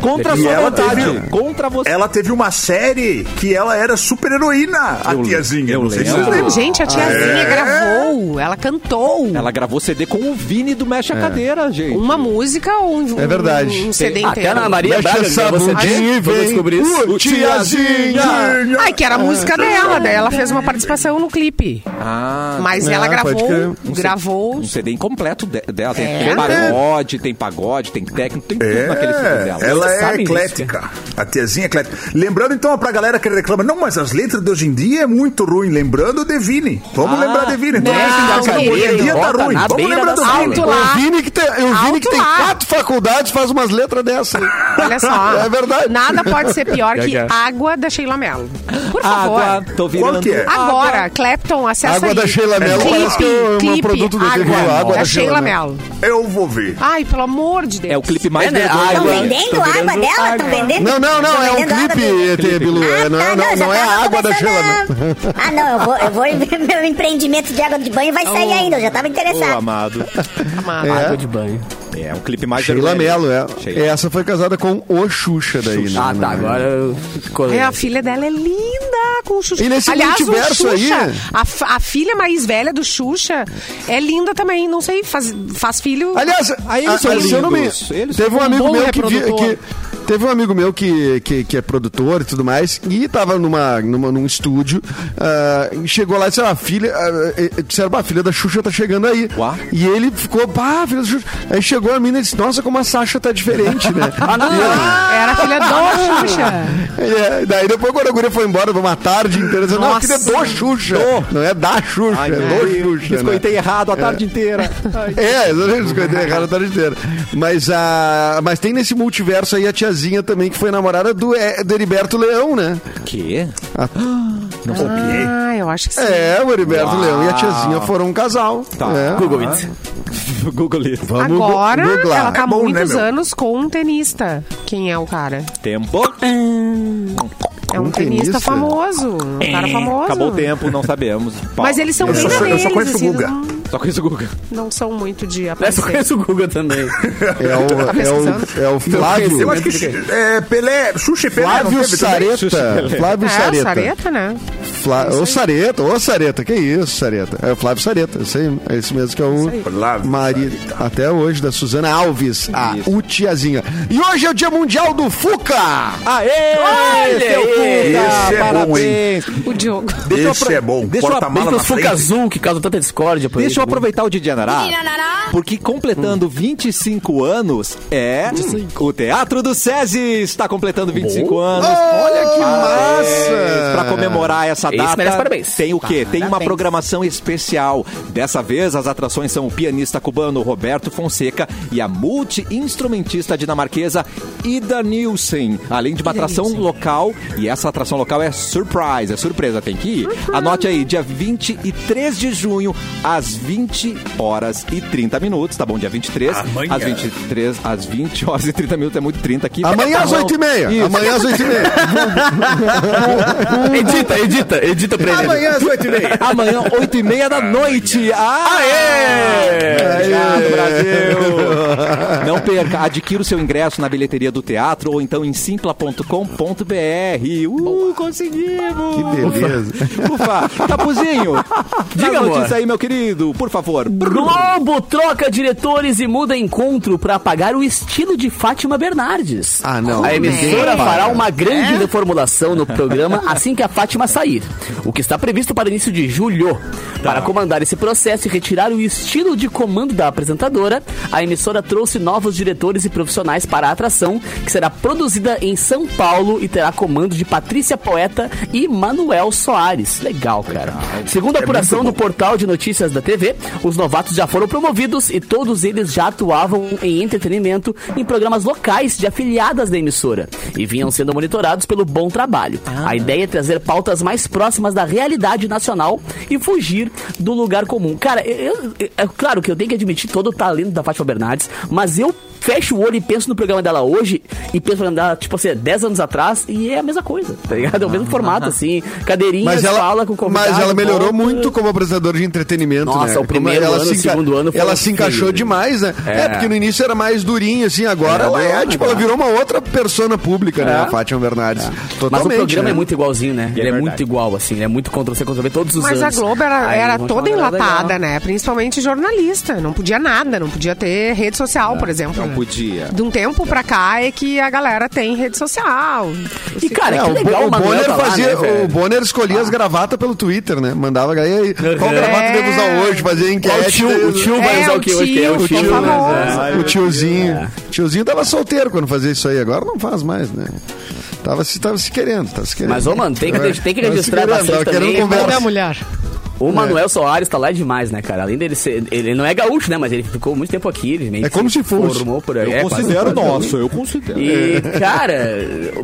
Contra a
E
sua
ela
vontade.
teve-
Contra você.
Ela teve uma série que ela era super heroína, a
Eu-
tiazinha.
eu
não sei se vocês
lembro.
lembram.
Gente,
Ah,
a tiazinha
É.
gravou, ela cantou.
Ela gravou CD com o Vini do Mexe a Cadeira, gente.
Uma música ou um,
É verdade.
um, um CD
Ah, Até a
inteiro.
Ana Maria
Mexe
Braga né?
essa
gravou
bundinha
CD.
e
Vou
vem.
descobrir isso.
Uh, tiazinha!
Ai, que era a
Ah.
música dela, daí ela fez uma participação no clipe.
Ah,
Mas
é,
ela
pode crer.
gravou,
um C-
gravou.
Um CD incompleto de- dela. Tem, tem
É.
pagode, tem pagode, tem técnico, tem
É,
tudo naquele CD dela.
Ela
Vocês
é
sabem disso,
né?
eclética. a tiazinha é eclética. Lembrando, então, pra galera que reclama, não, mas as letras de hoje em dia é muito ruim. Lembrando o Devine. Vamos
Ah,
lembrar Devine. Então,
não,
assim,
não,
hoje em dia tá
bota
ruim.
na
Vamos
beira da
lembrar do
sala.
Devine.
Alto
O
lá,
Vini que tem, o Vini que tem
Alto lá.
quatro faculdades faz umas letras dessa.
olha só.
É verdade.
Nada pode ser pior que
Gaga.
água da Sheila Mello. Por favor.
Água, tô virando.
Qual que é?
Agora, Clapton, acessa
Água
aí.
da Sheila Mello
clipe,
parece que é o- é o
clipe,
produto do
água,
TV, água
da,
da Sheila
Sheila Mello.
Eu vou ver.
Ai, pelo amor de Deus.
É o clipe mais
É, né?
vergonha.
Ai,
Estão
Tô
vendendo água
vendendo
dela?
água.
Estão vendendo?
Não, não, não,
Tão
é um
vendendo água dele?
clipe, Tê, Bilu. É, Não,
tá,
é-
Ah,
não,
já
não é
tava
a água da Sheila. Mello.
começando a- Ah, não, eu vou, eu vou meu empreendimento de água de banho
É
vai sair
um-
ainda, eu já tava
Ô,
interessado.
amado.
Amado.
Água de banho.
É um clipe mais
Sheila
vergonha.
Mello, é.
Sheila.
Essa foi casada com o Xuxa daí, né?
Ah, tá. Agora eu...
É, a filha dela é linda com o Xuxa.
E nesse
Aliás, o
multiverso aí-
né?
Xuxa, a, f- a filha mais velha do Xuxa é linda também. Não sei, faz, faz filho.
Aliás,
Ah, eles
a-
são
a- se eu não me-
lindos. Eles
teve um
são um
amigo
bom
meu que, vi-
reprodutor.
que Teve um amigo meu que, que, que é produtor e tudo mais, e tava numa, numa, num estúdio, ah, e chegou lá e disse, ah, filha, ah, eh, eh, disseram, "Bah, a filha da Xuxa tá chegando aí.
Uá.
E ele ficou, pá, filha da Xuxa. Aí chegou a mina e disse, nossa, como a Sasha tá diferente, né?
Ah, não!
Era a filha
Ah!
da Xuxa.
É, daí depois quando a guria foi embora, foi uma tarde inteira, dizendo, não, a filha é do Xuxa. Não é da Xuxa, é do Xuxa. né?
Biscoitei errado a tarde inteira.
É, exatamente, biscoitei errado a tarde inteira. Mas, a, mas tem nesse multiverso aí a tiazinha também, que foi namorada do, é, do Heriberto Leão, né?
Que?
A-
Não sabia.
Ah, eu acho que sim.
é, o Heriberto Leão e a tiazinha foram um casal.
Tá.
É. Ah.
Google it.
Google it.
Vamos
Agora,
gu- googlar.
ela tá há
É bom, né,
muitos
meu?
anos com um tenista. Quem é o cara?
Tempo.
É um
Um
tenista,
tenista?
famoso. Um cara famoso.
É, Acabou o tempo, não sabemos. Pau.
Mas eles são
Eu
bem
só- eu só
na deles,
conheço o
assim,
Guga.
não,
Só conheço o Google.
não são muito de
Essa eu
aparecer.
conheço o Google também.
É o, é
pesquisando.
o, é o
Eu
Flávio.
acho que é, Pelé, Xuxa e Pelé. não
Flávio
teve também?
Sareta. Flávio
É, o
Sareta.
Sareta, né?
Flá... Ô, Sareta, ô, Sareta, que isso, Sareta? É o Flávio Sareta, isso aí, é isso mesmo que é o
Flávio
marido, até hoje, da Suzana Alves, a Utiazinha. E hoje é o Dia Mundial do Fuca!
Aê! Olha
seu
Esse é bom, hein?
Parabéns!
O Diogo.
Esse é bom.
Deixa eu-
Porta-mala
Mesmo
na
os Fuca
frente.
Azul, que causam tanta discórdia por aí.
Deixa eu aproveitar o Didi Anará, porque
Hum.
completando 25 anos é o Teatro do SESI está completando 25 anos.
Olha que
Parabéns. Pra comemorar essa
Esse
data,
merece parabéns.
tem o quê? Tá, Tem uma
Parabéns.
programação especial. Dessa vez, as atrações são o pianista cubano Roberto Fonseca e a multi-instrumentista dinamarquesa Ida Nielsen. Além de uma atração local, e essa atração local é surprise, é surpresa, tem que ir. Anote aí, dia 23 de junho, às 20 horas e 30 minutos, tá bom? Dia 23,
Amanhã.
às 23, às 20 horas e 30 minutos, é muito 30 aqui.
Amanhã
Tá
às
bom.
8h30.
Isso.
Amanhã às 8h30.
Edita, edita, edita pra ele.
Amanhã às 8 e meia.
Amanhã, 8 e meia da noite. Aê! Obrigado, Brasil! Não perca, adquira o seu ingresso na bilheteria do teatro ou então em simpla.com.br. Uh, conseguimos!
Que beleza.
Ufa! Capuzinho, diga
Diga,
a
amor. Hum.
notícia aí, meu querido, por favor.
Globo troca diretores e muda encontro pra apagar o estilo de Fátima Bernardes.
Ah, não. É?
A emissora
Ninguém
fará
para.
uma grande reformulação no programa assim que a Fátima sair, o que está previsto para início de julho.
Tá.
Para comandar esse processo e retirar o estilo de comando da apresentadora, a emissora trouxe novos diretores e profissionais para a atração, que será produzida em São Paulo e terá comando de Patrícia Poeta e Manuel Soares. Legal, cara.
É
Segundo a apuração do portal de notícias da TV, os novatos já foram promovidos e todos eles já atuavam em entretenimento em programas locais de afiliadas da emissora e vinham sendo monitorados pelo bom trabalho. A ideia é trazer pautas mais próximas da realidade nacional e fugir do lugar comum. Cara, eu- eu- é claro que eu tenho que admitir todo o talento da Fátima Bernardes, mas eu fecho o olho e penso no programa dela hoje e penso no programa dela, tipo assim, 10 anos atrás e é a mesma coisa, tá ligado? É o mesmo formato, assim,
Mas
cadeirinhas, fala
ela,
com o convidado.
mas ela melhorou
volta.
muito como apresentadora de entretenimento,
Nossa,
né?
o
Como
primeiro
ela
ano,
se
o segundo ano foi
Ela se encaixou
feio.
demais, né? É. porque no início era mais durinho, assim, agora
É,
ela é,
agora,
tipo, ela
agora.
virou uma outra persona pública, né? A Fátima Bernardes.
É. Mas
Totalmente.
o programa
né?
é muito igualzinho, né? Ele é,
verdade.
muito igual, assim. Ele é muito contra você, contra você todos os
Mas
anos.
a Globo era,
Aí
era
eles vão
toda
chamar uma galera
enlatada,
legal.
né? Principalmente jornalista. Não podia nada, não podia ter rede social, por exemplo.
Não
É.
né?
podia.
De um tempo pra cá é que a galera tem rede social.
E, cara,
É,
que
o,
legal
Bo-
o,
o
Manuel
Bonner
tá lá,
fazia,
né, velho?
o Bonner escolhia as gravatas pelo Twitter, né? Mandava aí, aí qual
É.
gravata deve usar hoje, fazia
Ó,
enquete. né?"
o tio, o tio vai
É,
usar
o
o que hoje?
tio,
É
o
o
tio
tio,
famoso.
né?
O tiozinho,
É.
o tiozinho tava solteiro quando fazia isso aí, agora não faz mais, né? Tava se, tava se querendo, tava se querendo.
Mas, ô, mano, tem que-
Tava-
tem que
tava se
registrar
querendo, tava
bastante
querendo
também, né?
conversa.
mas-
mulher.
O Manuel Soares tá lá demais, né, cara? Além dele ser. Ele não é gaúcho, né? Mas ele ficou muito tempo aqui. Ele meio
É
que
como
se
se fosse.
Formou por aí.
Eu
É, quase-
considero
quase
nosso, eu considero.
E, cara,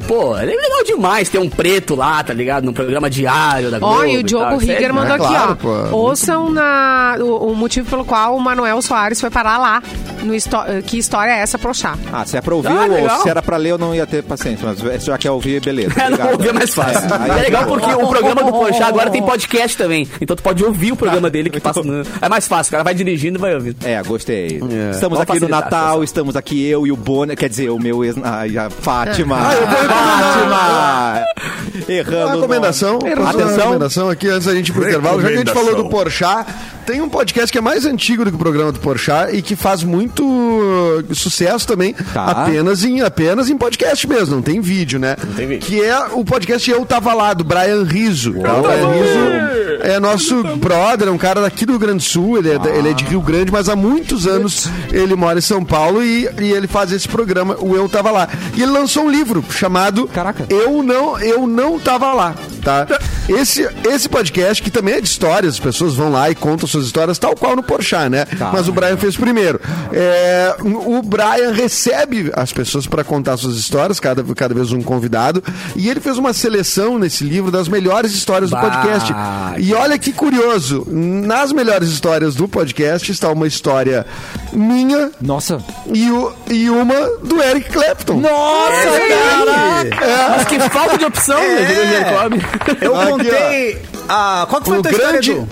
pô, é legal demais ter um preto lá, tá ligado? Num programa diário da Globo.
Ó, e o Diogo
tal. Isso é
Rigger mandou
É
aqui,
claro,
ó.
pô.
Ouçam na, o, o motivo pelo qual o Manuel Soares foi parar lá. No histó- que história é essa, Prochá?
Ah, se é pra ouvir
Ah,
ou
legal.
se era pra ler, eu não ia ter paciência. Mas já que é ouvir, beleza.
É, não
Obrigado.
ouvir é mais fácil.
É, aí
É, legal
ficou.
porque o programa do Porchat agora tem podcast também. Então tu pode ouvir o programa dele que passa no... É mais fácil, o cara vai dirigindo e vai ouvindo.
É, gostei. Estamos
Vamos
aqui no
facilitar,
Natal,
pessoal.
estamos aqui eu e o Bonner, quer dizer, o meu ex... Ai, a Fátima. Fátima!
Uma
Errando. o nome.
recomendação, posso dar uma
Atenção.
recomendação aqui antes da gente ir pro intervalo. Já que a gente
Recomendação.
falou do Porchat, Tem um podcast que é mais antigo do que o programa do Porchat e que faz muito uh, sucesso também,
Tá.
apenas, em, apenas em podcast mesmo, não tem vídeo, né? Não tem vídeo. Que é o podcast Eu Tava Lá, do Brian Rizzo. O Brian Rizzo é nosso brother, é um cara daqui do Rio Grande do Sul, ele é, da- ele é de Rio Grande, mas há muitos anos ele mora em São Paulo e, e ele faz esse programa, o Eu Tava Lá. E ele lançou um livro chamado
Caraca.
eu não, eu não tava lá, tá? Esse, esse podcast, que também é de histórias, as pessoas vão lá e contam suas histórias, tal qual no Porchat, né? Mas o Brian fez primeiro. É, o Brian recebe as pessoas para contar suas histórias, cada, cada vez um convidado, e ele fez uma seleção nesse livro das melhores histórias do podcast. E olha que curioso, nas melhores histórias do podcast está uma história minha
Nossa.
e, o, e uma do Eric Clapton.
Nossa, cara!
Mas que falta de opção, né? Juliano Jacob?
Eu
Aqui,
contei. a- qual que foi a
tá
tua
o
história,
grande.
Edu?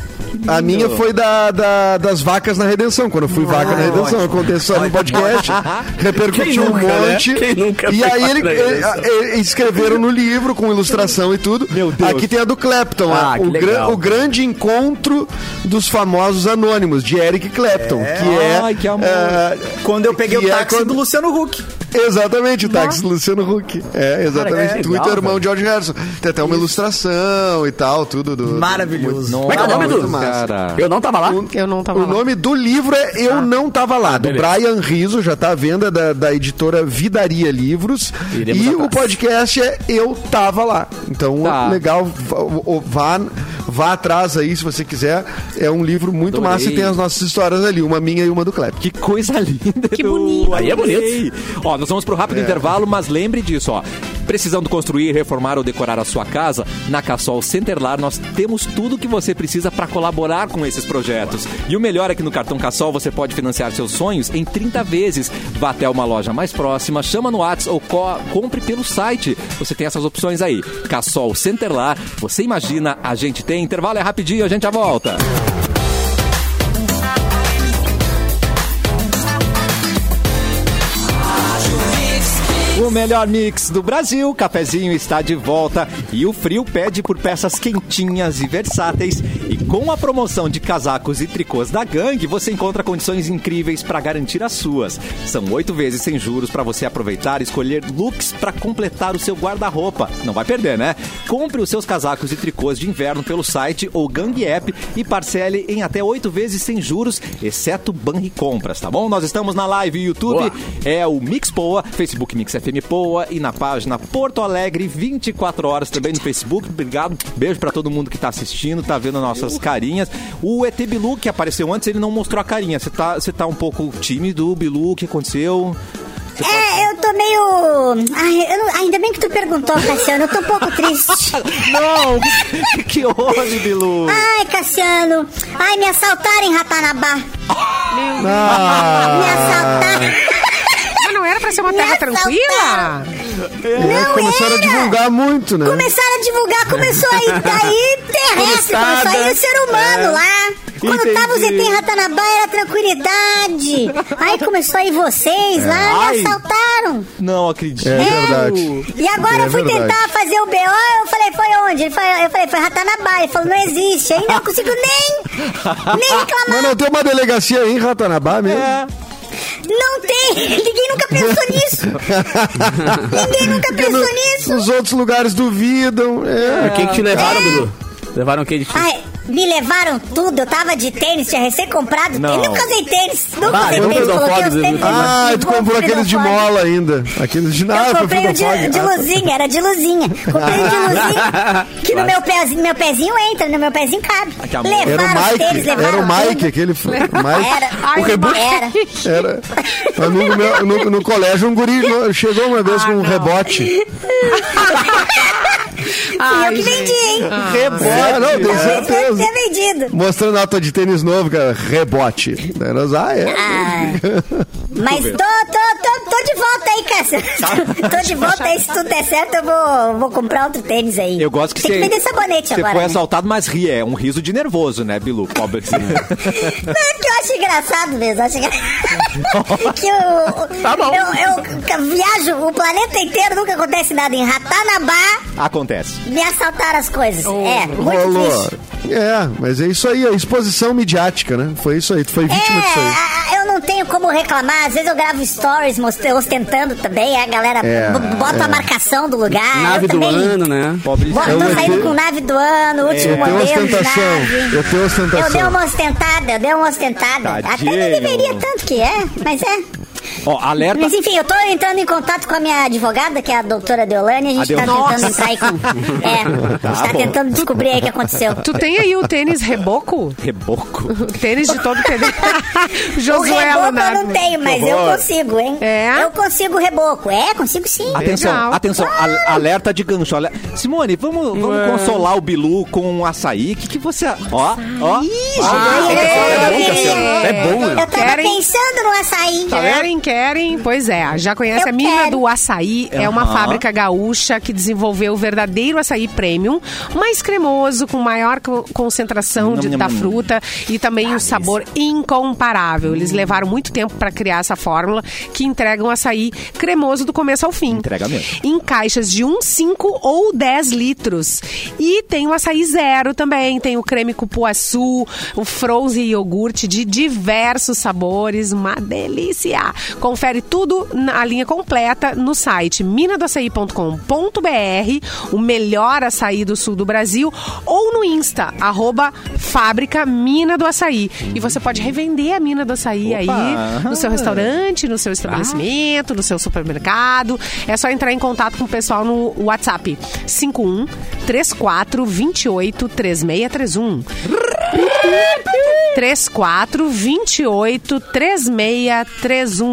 A minha foi da, da- das vacas na redenção. Quando eu fui vaca na redenção, eu contei só no podcast,
Quem
repercutiu
nunca,
um
né?
monte.
Quem nunca
e
foi
aí
vaca
ele,
na
ele-
redenção?
ele- escreveram no livro com ilustração e tudo.
Meu Deus.
Aqui tem a do Clapton,
Ah,
a-
que
o, gran-
legal.
o grande encontro dos famosos anônimos de Eric Clapton, que é
Ai, que amor.
ah,
Quando eu peguei
Que
o
é
táxi
quando-
do Luciano Huck.
Exatamente, o táxi do Luciano Huck. É, exatamente.
que legal,
Twitter, irmão de George Harrison. Tem até uma ilustração e tal, tudo. Do, do-
Maravilhoso.
muito-
Como é que é o nome
muito
do-
massa.
Cara.
Eu não tava lá.
Eu não tava
O
lá.
nome do livro é Eu
Tá.
Não Tava Lá, do Brian Rizzo, já tá à venda da, da editora Vidaria Livros.
Iremos
e
atrás.
o podcast é Eu Tava Lá. Então,
Tá.
legal, vá- o- vá, vá atrás aí se você quiser. É um livro muito
Adorei.
massa e tem as nossas histórias ali, uma minha e uma do Kleber.
Que coisa linda.
Que
Edu.
bonito.
Aí é bonito.
Ó, nós vamos pro rápido intervalo, mas lembre disso, ó. Precisando construir, reformar ou decorar a sua casa? Na Cassol Centerlar nós temos tudo que você precisa para colaborar com esses projetos. E o melhor é que no cartão Cassol você pode financiar seus sonhos em 30 vezes. Vá até uma loja mais próxima, chama no WhatsApp ou co- compre pelo site. Você tem essas opções aí. Cassol Centerlar, você imagina, a gente tem. Intervalo é rapidinho, a gente já volta. O melhor mix do Brasil, cafezinho está de volta e o frio pede por peças quentinhas e versáteis. E com a promoção de casacos e tricôs da gangue, você encontra condições incríveis para garantir as suas. São oito vezes sem juros para você aproveitar e escolher looks para completar o seu guarda-roupa. Não vai perder, né? Compre os seus casacos e tricôs de inverno pelo site ou Gang App e parcele em até oito vezes sem juros, exceto Banri Compras, tá bom? Nós estamos na live YouTube
Boa.
é o Mix Poa, Facebook Mix FM Poa e na página Porto Alegre 24 horas também no Facebook. Obrigado. Beijo pra todo mundo que tá assistindo, tá vendo nossas carinhas. O ET Bilu que apareceu antes, ele não mostrou a carinha. Você tá, você tá um pouco tímido, Bilu, o que aconteceu?
É, eu tô meio. Ai, eu não- ainda bem que tu perguntou, Cassiano. Eu tô um pouco triste.
Não! que houve, Bilu?
Ai, Cassiano. Ai, me assaltaram em Ratanabá.
Ah.
Me assaltaram.
Mas não era pra ser uma terra
Nessa
tranquila?
É, começaram a divulgar muito, né?
Começaram a divulgar, começou aí, daí terrestre, começou aí o ser humano
é.
lá. Quando tava o ZT em Ratanabá era tranquilidade. Aí começou aí vocês lá,
Ai.
me assaltaram. né?
Não acredito.
É verdade.
E agora
É
eu fui
verdade.
tentar fazer o BO, eu falei, foi onde? Ele falou- eu falei, foi Ratanabá. Ele falou, não existe. Aí não consigo nem, nem
Mas
reclamar.
não tem uma delegacia aí em Ratanabá mesmo?
É.
Não tem. Ninguém nunca pensou nisso. Ninguém nunca pensou nisso.
Os outros lugares duvidam. É.
O que que te levaram, Bilu? Levaram quem de ti?
Ai, me levaram tudo. Eu tava de tênis, tinha recém comprado
Não.
tênis. Nunca usei tênis. Nunca
Ah,
usei
vamos
tênis.
pro
Coloquei
Dalfog,
os tênis.
Ah, tu
Vou
comprou
pro
aqueles de Ah,
Dalfog.
mola ainda. Aqueles de
Eu
nada,
comprei o de, de
Ah,
luzinha, era de luzinha. Comprei o de luzinha, que no meu pezinho, meu pezinho entra, no meu pezinho cabe.
que amor.
Era
Levaram
o
os tênis,
Mike, era
levaram
o Mike, aquele f- Mike.
Era.
Ai,
o rebote
mas-
era.
Era um amigo meu no, no colégio, um guri no- chegou uma vez
Ah,
com um
não.
rebote.
Fui eu
Ai,
que vendi,
gente.
hein?
É, não, tenho
Talvez deve
certeza.
ter vendido.
Mostrando a tua de tênis novo, cara, rebote. Daí nós, ah, é.
Ah, mas tô, tô, tô, tô de volta aí, Cássio. tô de volta aí, se tudo der certo, eu vou, vou comprar outro tênis aí.
Eu gosto que
Tem
você.
que vender sabonete
você
agora.
foi
né?
assaltado, mas ri. É um riso de nervoso, né, Bilu? Pobre.
Não, é porque eu acho engraçado mesmo. Acho engra- que eu,
Tá bom.
eu, eu viajo, o planeta inteiro nunca acontece nada. Em Ratanabá,
Acontece.
me assaltaram as coisas. é, muito
Rolou.
triste.
É, mas é isso aí, a exposição midiática, né? Foi isso aí, tu foi vítima disso aí.
É, a- eu não tenho como reclamar. Às vezes eu gravo stories most- ostentando também. A galera
É,
b- bota a marcação do lugar.
Nave
eu
do
também...
ano, né?
Pobre
Bota,
Eu
tô
tenho-
saindo com nave do ano, último
Eu tenho
modelo de
ostentação,
nave.
eu tenho ostentação.
Eu dei uma ostentada, eu dei uma ostentada. Até
Tadinho.
não deveria tanto que é, mas é.
Ó, alerta.
Mas enfim, eu tô entrando em contato com a minha advogada, que é a doutora Deolane, e a gente
Adeu-
tá
Nossa.
tentando entrar aí com. É, a gente tá
bom.
tentando descobrir aí o que aconteceu.
Tu tem aí o tênis reboco?
Reboco.
Tênis de todo pedreiro.
O
Josué
reboco eu
Leonardo.
não tenho, mas eu consigo, hein?
É?
Eu consigo reboco. É, consigo sim.
Atenção,
Legal.
atenção, al-
Ah!
alerta de gancho. ale- Simone, vamos, vamos consolar o Bilu com um açaí. O que, que você. Ó, ó. Ah,
Ai,
é bom,
eu-
Cassiano. É bom,
Eu
né?
tava
Querem? Tá
pensando no açaí.
Tá
Querem, querem, pois é. Já conhece
Eu
a mina
quero.
do açaí? É uma
Aham.
fábrica gaúcha que desenvolveu o verdadeiro açaí premium, mais cremoso, com maior co- concentração de,
Nham, nham,
da
nham.
fruta e também um sabor incomparável. Eles levaram muito tempo para criar essa fórmula que entrega um açaí cremoso do começo ao fim.
Entrega mesmo.
Em caixas de 1, 5 ou 10 litros. E tem o açaí zero também. Tem o creme cupuaçu, o frozen iogurte de diversos sabores. Uma delícia! Confere tudo na a linha completa no site minadoaçaí.com.br, o melhor açaí tá do sul do Brasil, ou no Insta, arroba fábrica Mina do Açaí. E você pode revender a Mina do Açaí aí no seu restaurante, no seu estabelecimento, no seu supermercado. É só entrar em contato com o pessoal no WhatsApp 51 34 28 3631. 34 28 3631.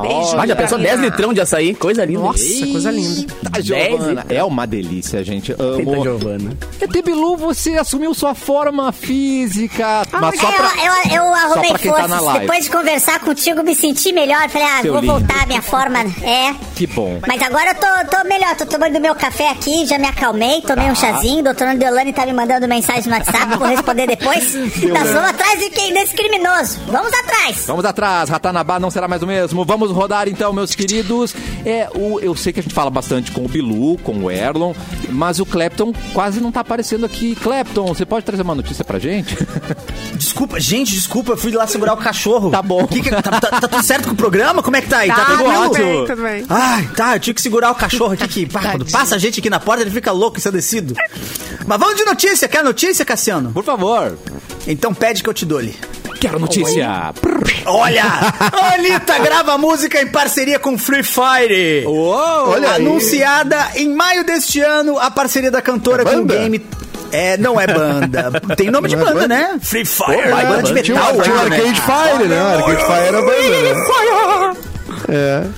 Beijo.
Ah, Olha,
pra
pensou
Mina.
10 litrão de açaí, coisa linda.
Ah. Nossa, coisa linda.
Eita, Giovana. É uma delícia, gente.
Eita,
Amo.
Giovana.
ET Bilu, você assumiu sua forma física. mas só
É,
pra...
eu, eu, eu arrumei
pra quem tá
forças.
na live.
Depois de conversar contigo, me senti melhor. Falei, ah,
Seu
vou
lindo.
voltar à minha forma. É.
Que bom.
Mas agora eu tô, tô melhor, tô tomando meu café aqui, já me acalmei, tomei
Tá.
um chazinho, doutora Deolane tá me mandando mensagem no WhatsApp, vou responder depois. Nós vamos atrás de quem desse criminoso. Vamos atrás.
Vamos atrás, Ratanabá não será mais o mesmo. Vamos rodar então, meus queridos. É, o, eu sei que a gente fala bastante com o Bilu, com o Erlon, mas o Clapton quase não tá aparecendo aqui. Clapton, você pode trazer uma notícia pra gente?
Desculpa, gente, desculpa, eu fui lá segurar o cachorro.
Tá bom.
O que que- tá, tá- tá tudo certo com o programa? Como é que tá aí?
Tá,
tudo
tudo
ótimo?
bem, tudo bem.
Ai, tá, eu tive que segurar o cachorro aqui que pá, quando passa a gente aqui na porta, ele fica louco ensandecido. Mas vamos de notícia, quer notícia, Cassiano?
Por favor.
Então pede que eu te dou-lhe.
Quero notícia. Prr.
Olha! Anitta grava música em parceria com Free Fire.
Uou,
Olha aí.
Anunciada em maio deste ano, a parceria da cantora
É
com o
banda?
game. É, não é banda. Tem nome de
Não é
banda,
banda?
né? Free Fire.
É,
banda de
tinha,
metal,
tinha o
né?
Arcade Fire, né? Arcade Fire era banda, né?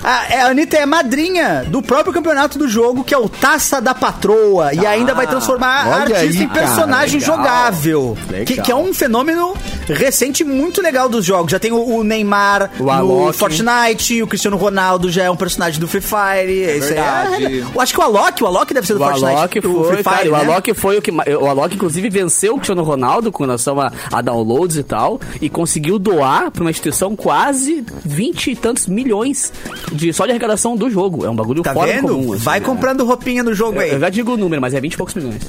A, é, a Anitta é madrinha do próprio campeonato do jogo, que é o Taça da Patroa. E ainda
Ah,
vai transformar a
olha
artista
aí,
em
cara,
personagem
legal.
jogável.
Legal.
Que, que é um fenômeno recente muito legal dos jogos. Já tem o, o Neymar
O
no
Alok.
Fortnite, o Cristiano Ronaldo já é um personagem do Free Fire. É isso aí.
verdade.
Ah, eu acho que o Alok, o Alok deve ser do
O
Fortnite.
Alok
do
foi, cara, o
né?
Alok foi o que ma- o Alok inclusive venceu o Cristiano Ronaldo com relação a, a downloads e tal e conseguiu doar pra uma instituição quase 20 e tantos milhões de só de arrecadação do jogo. É um bagulho
Tá
fora do
vendo?
comum. assim,
vai
né?
comprando roupinha no jogo
Eu, eu
aí.
já digo o número, mas é 20 e poucos milhões.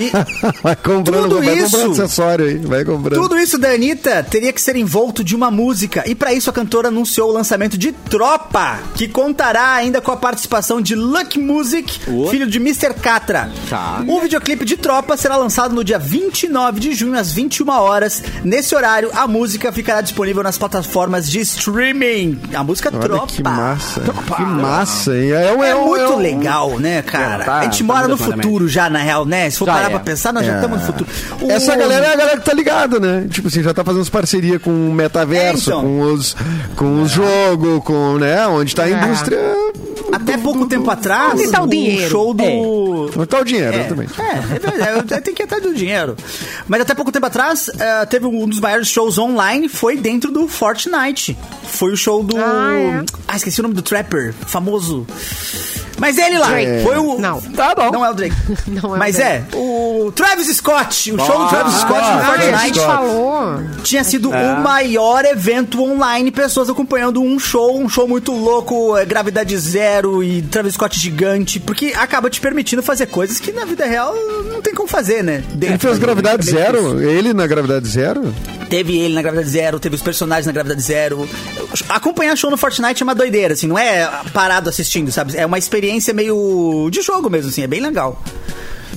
E-
Vai comprando,
Tudo
vai comprando
isso-
acessório aí, vai comprando.
Tudo isso da Anitta teria que ser envolto de uma música. E pra isso a cantora anunciou o lançamento de Tropa, que contará ainda com a participação de Luck Music,
Uou.
filho de Mr. Catra.
Tá.
O videoclipe de Tropa será lançado no dia 29 de junho, às 21 horas. Nesse horário, a música ficará disponível nas plataformas de streaming. A música
Olha
Tropa.
que massa. Que massa, hein? É, um-
É
um-
muito
um-
legal, né, cara?
É, tá,
a gente
tá
mora no
mudando claramente.
futuro já, na real, né? Se for
Já
parar
é.
pra pensar, nós já estamos no futuro. O-
Essa galera é a galera que tá ligada, né? Tipo assim, já tá fazendo as parceria com o metaverso,
É, então.
com os com os jogos, com, né, onde
É.
tá a indústria.
Até pouco tempo atrás,
Onde tá o dinheiro?
show do.
Onde tá o dinheiro,
É,
exatamente.
é, é verdade, eu- tem que ir atrás do dinheiro. Mas até pouco tempo atrás, eh, teve um dos maiores shows online, foi dentro do Fortnite. Foi o show do. Ah,
Ah, é.
esqueci o nome do trapper, famoso. Mas ele lá.
Drake.
Foi o.
Não.
Tá bom.
Não é o Drake.
Não é o
Mas
Drake.
é, o Travis Scott, o show do Travis Scott no
Ah,
Friday
a
Night
gente falou.
tinha sido o maior evento online, pessoas acompanhando um show, um show muito louco, é, gravidade zero e Travis Scott gigante, porque acaba te permitindo fazer coisas que na vida real não tem como fazer, né?
Ele fez gravidade zero? Ele na gravidade zero?
Teve ele na Gravidade Zero, teve os personagens na Gravidade Zero. Acompanhar show no Fortnite é uma doideira, assim, não é parado assistindo, sabe? É uma experiência meio de jogo mesmo, assim, é bem legal.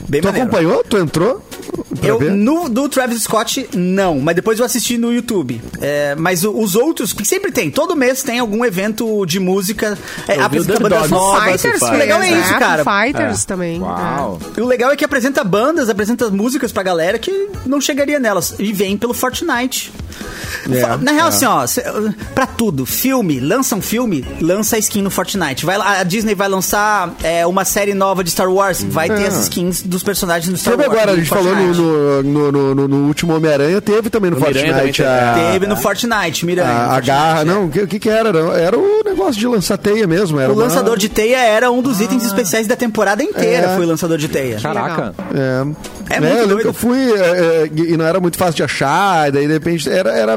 Bem
Tu
maneiro.
acompanhou? Tu entrou? Pra
Eu,
ver?
no do Travis Scott, não. Mas depois eu assisti no YouTube. É, mas o- os outros, porque sempre tem. Todo mês tem algum evento de música. É,
vi o
apresenta
Dirty
bandas
Dogs.
Foo
novas.
Fighters
O legal é
fez,
isso,
né?
cara.
Foo Fighters também.
Uau.
E o legal é que apresenta bandas, apresenta músicas pra galera que não chegaria nelas. E vem pelo Fortnite.
É,
Fa- Na real, assim, ó, cê- pra tudo, filme, lança um filme, lança a skin no Fortnite. Vai lá, a Disney vai lançar é, uma série nova de Star Wars, vai ter as skins dos personagens do Star
Teve
Wars.
É. agora, a
no
gente falou
Fortnite.
no, no, no- no- no último Homem-Aranha, teve também no
No Miranha
Fortnite
também
a,
Teve
Ah,
no Fortnite, Miranha. no
a, a
Fortnite.
garra. Não, o que, o que que era? Não, Era o negócio de lançar teia mesmo. Era
O
uma-
lançador de teia era um dos
Ah.
itens especiais da temporada inteira,
É.
foi o lançador de teia.
Caraca.
É,
É
é,
muito
eu lembro que
doido.
eu fui é, é, e não era muito fácil de achar, e daí de repente era. era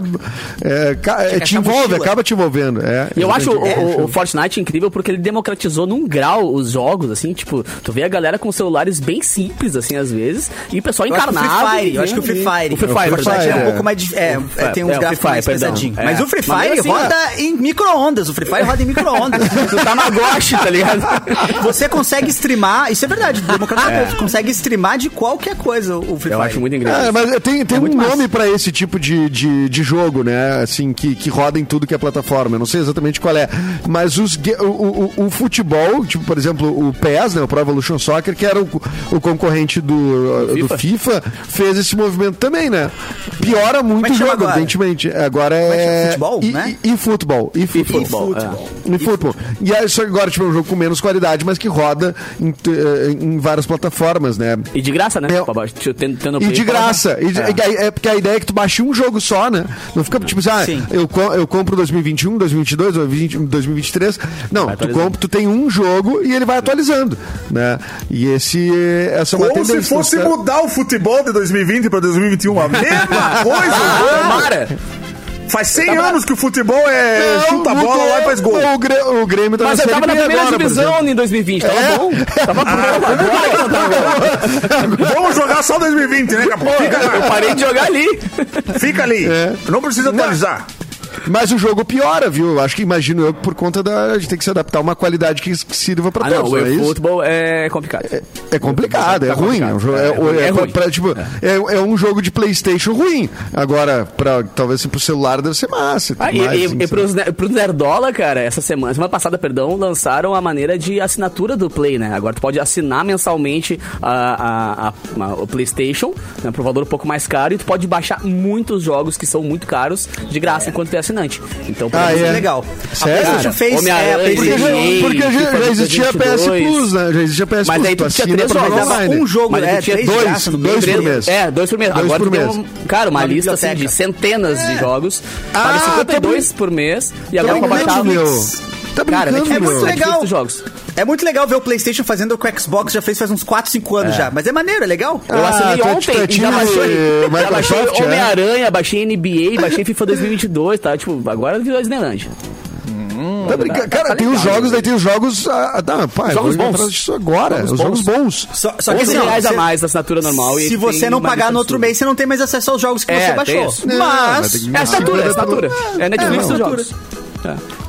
é, ca- é, te
achar
envolve,
mochila.
acaba te envolvendo. É,
E eu acho o,
É,
o- o Fortnite incrível porque ele democratizou num grau os jogos, assim, tipo, tu vê a galera com celulares bem simples, assim, às vezes, e o pessoal
Eu acho que o
encarnado.
Free Fire, eu
e-
acho que o Free Fire.
O Free Fire, né?
Free
verdade,
Fire,
é um
é.
pouco mais. dif- É, é, tem uns
É, o Free
gráficos
Fire,
mais
perdão.
pesadinhos.
É.
Mas o Free
Mas
Fire
assim,
roda em micro-ondas. O Free Fire roda em micro-ondas.
do Tamagotchi, tá ligado?
Você consegue streamar, isso é verdade, democracia você consegue streamar de qualquer coisa o Free
Eu
Fire.
acho muito incrível.
Ah, mas tem, tem um
muito massa.
nome pra esse tipo de, de, de jogo, né? Assim, que, que roda em tudo que é plataforma. Eu não sei exatamente qual é. Mas os, ga- o, o, o futebol, tipo, por exemplo, o PES, né? O Pro Evolution Soccer, que era o, o concorrente do, do FIFA. fez esse movimento também, né? Piora muito
é que
o
chama
jogo,
agora?
evidentemente. Agora
que chama?
é.
Futebol,
e,
né?
E, e futebol. E futebol. é.
futebol.
E futebol. E aí, só que agora, tipo, é um jogo com menos qualidade, mas que roda em, t- eh, em várias plataformas, né?
E de graça, né?
Eu-
Babá? Tendo- tendo
E
play,
de
fala-
graça. E de-
É.
e aí- é. porque a ideia é que tu baixe um jogo só, né? Não fica tipo assim, ah,
Sim.
eu, co- eu compro 2021, 2022, 2020, 2023. Não, tu
atualizando.
compra, tu tem um jogo e ele vai atualizando, né? E esse, essa é uma
Como se
tendência.
fosse
né?
mudar o futebol de 2020 para 2021, a mesma
Ah,
coisa.
Tomara!
Faz 100 anos que o futebol é chuta a bola
mudou.
lá e faz gol.
um O, Grê- o Grêmio tá
Mas
na
eu
Série
tava na
B
primeira
agora, por exemplo.
divisão em 2020, tava
É.
bom. Tava
Ah,
bom, agora que não tava bom.
Vamos jogar só 2020, né? Capô? Fica,
Eu
lá,
parei de jogar ali. É.
fica ali. Não precisa atualizar.
Mas o jogo piora, viu? Acho que imagino eu que por conta da. A gente tem que se adaptar a uma qualidade que, que sirva pra
Ah, não,
todos. não é
o
isso?
futebol é complicado.
É complicado, é
Tá
ruim.
complicado.
é um jogo-
É ruim,
É
é
é
ruim.
pra- pra, tipo, é- é um jogo de Playstation ruim. Agora, pra, talvez assim, pro celular deve ser massa. e tudo
Ah, e,
mais,
e,
assim,
e pros, ne- pros Nerdola, cara, essa semana, semana passada, perdão, lançaram a maneira de assinatura do Play, né? Agora tu pode assinar mensalmente a, a- a- a- o PlayStation, né, pro valor um pouco mais caro, e tu pode baixar muitos jogos que são muito caros de graça enquanto tu é assinante. Então, por
Ah,
Isso
exemplo,
é
é.
legal.
Sério?
A PlayStation
Cara,
fez... É, a
Homem-Aranha,
Porque,
PlayStation...
já,
Ei,
porque já-
FIFA
já existia
2022.
PS Plus, né? Já existia PS
Mas
Plus.
aí tu tinha três
pra
jogos, né?
jogar
um jogo,
Mas
é,
tu tinha
três
dois,
de graça no meio.
dois
três-
por mês.
É, dois por mês.
Dois
Agora
por
tu tem
mês.
um, cara, uma
Uma
lista assim, de
biblioteca.
centenas de jogos. Paga
Ah,
52
também-
por mês e
Tá
agora pra baixar
brincando, meu. Tá
Cara,
brincando,
É
meu.
Netflix,
muito legal.
Netflix dos jogos.
É muito legal ver o PlayStation fazendo o que o Xbox já fez faz uns 4, 5 anos já. Mas é maneiro, é legal.
Eu
Ah,
assinei
tu é
ontem e já
time,
baixei,
eh,
já baixei
Microsoft, é?
Homem-Aranha, baixei NBA, baixei FIFA 2022, tá? Tipo, agora virou Disneyland.
Tá brincando. Cara,
tá
tem os
legal,
jogos,
né?
daí tem os jogos. Ah, tá, pai,
Jogos
vou ir
bons.
atrás disso agora.
Jogos
os jogos bons.
Só, só que
11
assim, ó,
reais a
você-
mais da assinatura normal. e
Se você
tem
não
uma
pagar no
lista
outro
absurda.
mês, você não tem mais acesso aos jogos que
É,
você
tem
baixou.
isso.
mas
Mas...
tem
É assinatura, é assinatura. É Netflix
É,
dos
não.
jogos.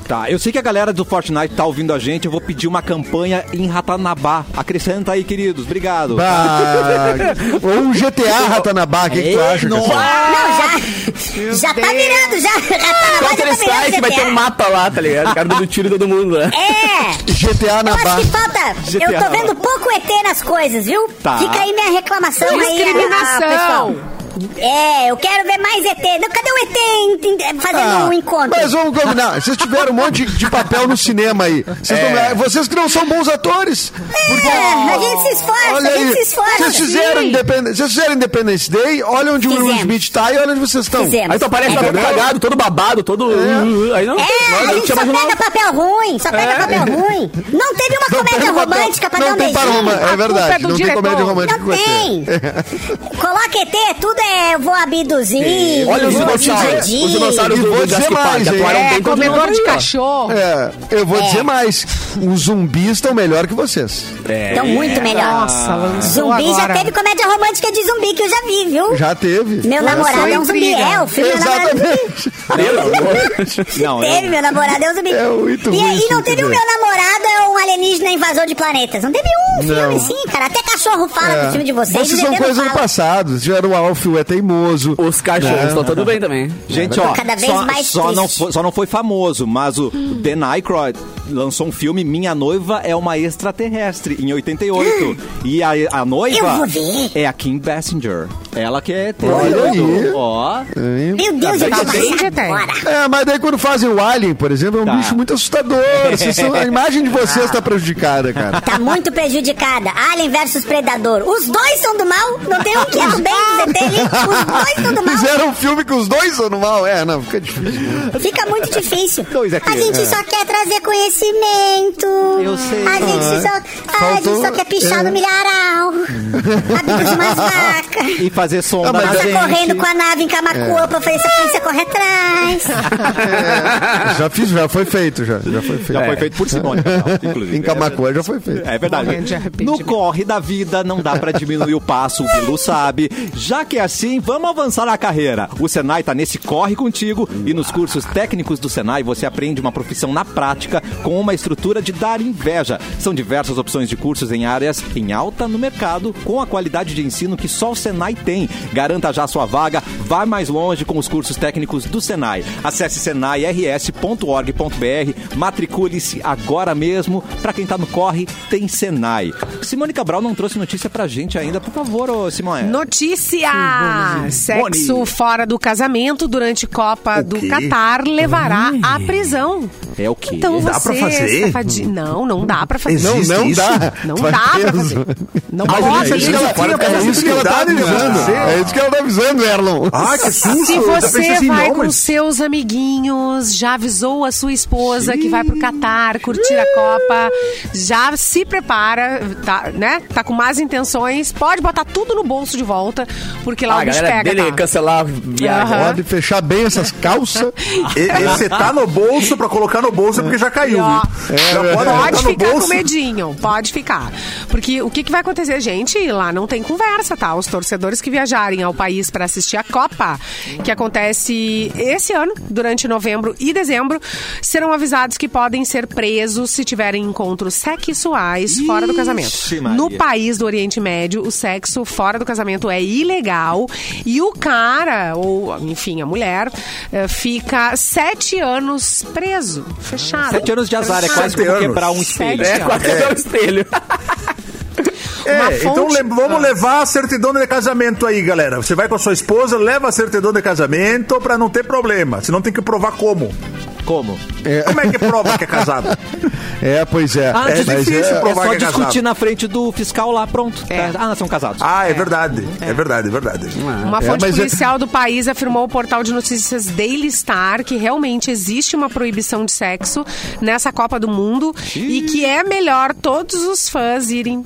Tá, eu sei que a galera do Fortnite tá ouvindo a gente, eu vou pedir uma campanha em Ratanabá. Acrescenta aí, queridos. Obrigado.
Bah, ou um GTA Ratanabá, o que, que tu acha, cara?
Ah,
Não, já, já tá virando, já. já tá na
Counter
base, já tá
Strike
virando
vai ter
GTA.
um mapa lá, tá ligado? O cara dando tiro em todo mundo, né?
É!
GTA
Eu
na
acho
barra.
que falta. eu tô vendo pouco ET nas coisas, viu?
Tá.
Fica aí minha reclamação aí. a- a- a é pessoal.
Discriminação.
É, eu quero ver mais ET. Não, cadê o ET em- em- fazendo um encontro?
Ah, Mas vamos combinar. Vocês tiveram um monte de papel no cinema aí. Vocês, não- vocês que não são bons atores. Porque-
É, a gente se esforça,
Olha
a gente
aí.
se esforça.
Vocês fizeram, Independ... vocês fizeram Independence Day, olha onde o Will
Fizemos.
Smith tá e olha onde vocês estão. então
Fizemos.
Aí tu aparece lá todo
Entendeu?
tá cagado, todo babado, todo. uh, Aí não.
É, a gente só pega papel ruim, só
É.
pega papel ruim. Não teve uma comédia
tem papel-
romântica pra
não
dar um
tem para
beijinho.
romântica,
A
É
culpa
verdade,
é do
não tem
diretor.
comédia romântica
Não
com
tem.
você.
Coloca ET, tudo é eu vou abduzir.
Olha os
vou
dinossauros.
invadir.
Os dinossauros
E vou
do
dizer
Jurassic
mais,
Park
hein?
atuaram
É,
bem todo mundo
comedor
aí,
de
ó.
cachorro.
É, eu vou dizer mais. Os zumbis estão melhor que vocês.
Então, muito melhor.
Nossa, lançou
Zumbi
agora.
já teve comédia romântica de zumbi que eu já vi, viu?
Já teve.
Meu namorado é um zumbi.
intriga.
É, o filme meu namorado
Exatamente.
Não, eu-
Teve, meu namorado é um zumbi.
É muito
e
ruim
aí
isso,
não teve
entendeu?
o meu namorado é um alienígena invasor de planetas. Não teve um filme
Não.
assim, cara. Até cachorro fala
É.
do filme de vocês.
Vocês
o
são
bebê não
coisa do
fala.
passado. Vocês tiveram o Alf, o é teimoso.
Os cachorros estão tudo bem também.
É
Gente, ó,
Cada vez
só,
mais
só
triste. Hum.
não foi, só não foi famoso, mas o Dan Aykroyd lançou um filme Minha Noiva é uma Extraterrestre, em 88. e a, a noiva
Hum. Eu vou ver.
é a Kim Basinger. Ela que é... ter-
Olha aí.
Ó,
Meu Deus, eu
Tá
tô
bem, já
passada
tem.
agora.
É, mas daí quando fazem o Alien, por exemplo, é um
Tá.
bicho muito assustador. Vocês são- a imagem de vocês
Ah.
está prejudicada, cara.
Tá muito prejudicada. Alien versus Predador. Os dois são do mal. Não tem um que é do bem, do ZT ali. Os dois são do mal.
Fizeram um filme que os dois são no mal. É, não, fica difícil.
Fica muito difícil.
Dois é
a
que-
gente
é.
só quer trazer conhecimento.
Eu sei.
A gente só, a
Ah, é. Faltou-
gente só quer pichar
é.
no milharal. Amigos de umas vacas.
e fazer sombra
mas
na
é-
Passa
gente.
tá correndo com a nave em Camacuã pra fazer essa polícia correr atrás.
É. Já fiz, já foi feito, já. Já foi feito. É.
Já foi feito por Simone, então, inclusive.
Em Camacuã já foi feito.
É verdade.
Morrendo de arrependimento.
No corre da vida não dá pra diminuir o passo, o Bilu sabe. Já que é assim, vamos avançar na carreira. O Senai tá nesse corre contigo e nos cursos técnicos do Senai você aprende uma profissão na prática com uma estrutura de dar inveja. São diversas opções de cursos em áreas em alta no mercado com a qualidade de ensino que só o Senai tem. Garanta já sua vaga, vá mais longe com os cursos técnicos do Senai. Acesse senairs.org.br, matricule-se agora mesmo. Pra quem tá no corre, tem Senai. Simone Cabral não trouxe notícia pra gente ainda, por favor, ô Simone.
Notícia! Sexo
Boni.
fora do casamento durante Copa do Catar levará à prisão.
É o quê?
Então
Dá
você,
pra fazer?
safadi- Não, não dá pra fazer.
Não,
Existe
não
isso?
dá.
Não
Vai
dá
preso.
pra fazer. Não
Mas
pode.
é isso que ela,
Fora
é isso que ela tá
possibilidade,
avisando.
né?
É isso que ela tá avisando, Erlon.
Ah, que susto!
Se
Eu
você
pensei assim,
vai
não,
com
mas-
seus amiguinhos, já avisou a sua esposa que vai pro Catar curtir a Copa, já se prepara, tá, né? Tá com más intenções, pode botar tudo no bolso de volta, porque lá
Ah,
o
a
bicho
galera
pega.
dele
tá?
cancelar a viagem.
Aham.
Pode fechar bem essas calças.
E- Esse tá no bolso pra colocar no bolso é porque já caiu.
Ó,
É.
viu?
É.
já
Pode
Tá
botar no
ficar com
bolso.
medinho, pode ficar. Porque o que, que vai acontecer, gente? Lá não tem conversa, tá? Os torcedores que viajarem ao país para assistir a Copa, que acontece esse ano, durante novembro e dezembro, serão avisados que podem ser presos se tiverem encontros sexuais fora do casamento.
Ixi, Maria.
No país do Oriente Médio, o sexo fora do casamento é ilegal e o cara, ou enfim, a mulher, eh, fica sete anos preso, fechado.
Sete anos de azar, é quase
Sete
como
anos.
quebrar um espelho.
Sete.
É, quase que é. o espelho.
É,
Uma
então
fonte-
le- vamos levar a certidão de casamento aí, galera. Você vai com a sua esposa, leva a certidão de casamento pra não ter problema. Senão tem que provar como.
Como?
Como é que prova que é casado?
É, pois é.
Ah,
é,
antes
mas
difícil,
é-
É
Provar
só
que é
discutir
casado.
na frente do fiscal lá, pronto.
É.
Ah, são casados.
Ah, é verdade. É verdade, é verdade.
Ah.
Uma
É,
fonte
mas é-
policial do país afirmou ao portal de notícias Daily Star que realmente existe uma proibição de sexo nessa Copa do Mundo e que é melhor todos os fãs irem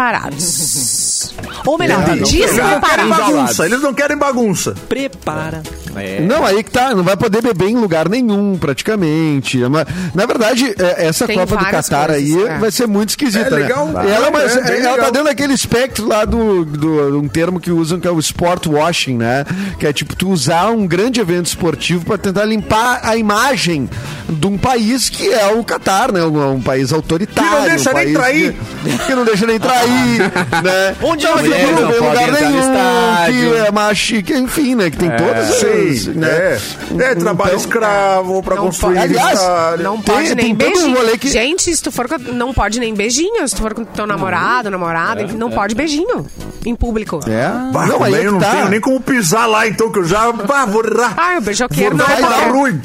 preparados. Ou melhor,
Eles não querem
despreparados.
bagunça. Eles não querem bagunça.
Prepara. É.
Não, aí que tá, não vai poder beber em lugar nenhum, praticamente. É uma- Na verdade, é, essa
Tem
Copa do
várias
Catar aí
coisas, é.
vai ser muito esquisita,
É legal,
né?
vai,
ela, é uma-
é, bem
ela
legal.
tá dentro daquele espectro lá do, do um termo que usam que é o sport washing, né? Que é tipo tu usar um grande evento esportivo pra tentar limpar a imagem de um país que é o Catar, né? Um, um país autoritário.
Que não deixa
um
nem
país
trair.
Que, que não deixa nem trair, né?
Ô,
Onde não,
mulher
figura
não
em
pode
lugar
entrar no
nenhum,
estádio.
que é machique, enfim, né? Que tem todas as...
É. Sim,
Né?
é. É trabalho escravo pra
Não
construir
pode.
Aliás,
estádio.
Não
Tem-
pode
tem
nem
todo um
beijinho.
rolê que-
Gente, se tu for com- não pode nem beijinho. Se tu for com teu namorado, namorada, enfim, não pode beijinho em público.
É.
Bah,
não, aí
também
é
eu
que
não
tá.
tenho nem como pisar lá, então, que eu já bah, vou errar.
Ah, o beijoqueiro não
Vai
é
dar
qualquer.
ruim.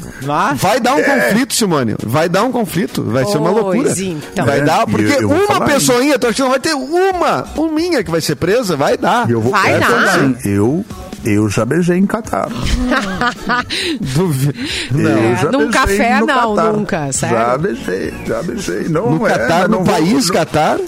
Vai
É.
dar um conflito, Simone. Vai dar um conflito. Vai ser uma
Pois
loucura.
então.
Vai
É,
dar,
e
porque
eu- eu vou
uma
falar
pessoinha, tu acha que não vai ter uma, uminha que vai ser presa? Vai dar.
E eu vou-
Vai
é,
dar.
também. Eu, eu já beijei em Catar.
Duvido.
Eu
É,
já
num
beijei
café,
no
não,
Catar.
nunca, sério.
Já beijei, já beijei. Não,
No
é,
Catar,
mas
no
não vou-
país
não-
Catar,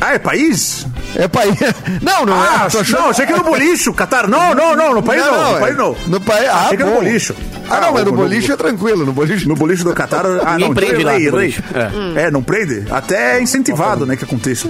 Ah, é país?
é país... Não, não
Ah,
é. Tô achando-
não, achei que era no bolicho, Catar. Não, não, não, no país não, no
é.
país não.
No país... Ah,
Achei que era é no
bom.
bolicho.
Ah, não, mas no
no-
boliche é tranquilo. No é boliche...
No boliche do Catar, ah,
Ninguém
não,
prende
então eu
lá
errei,
no
errei.
boliche.
É. não prende. Até é incentivado, né, que aconteça.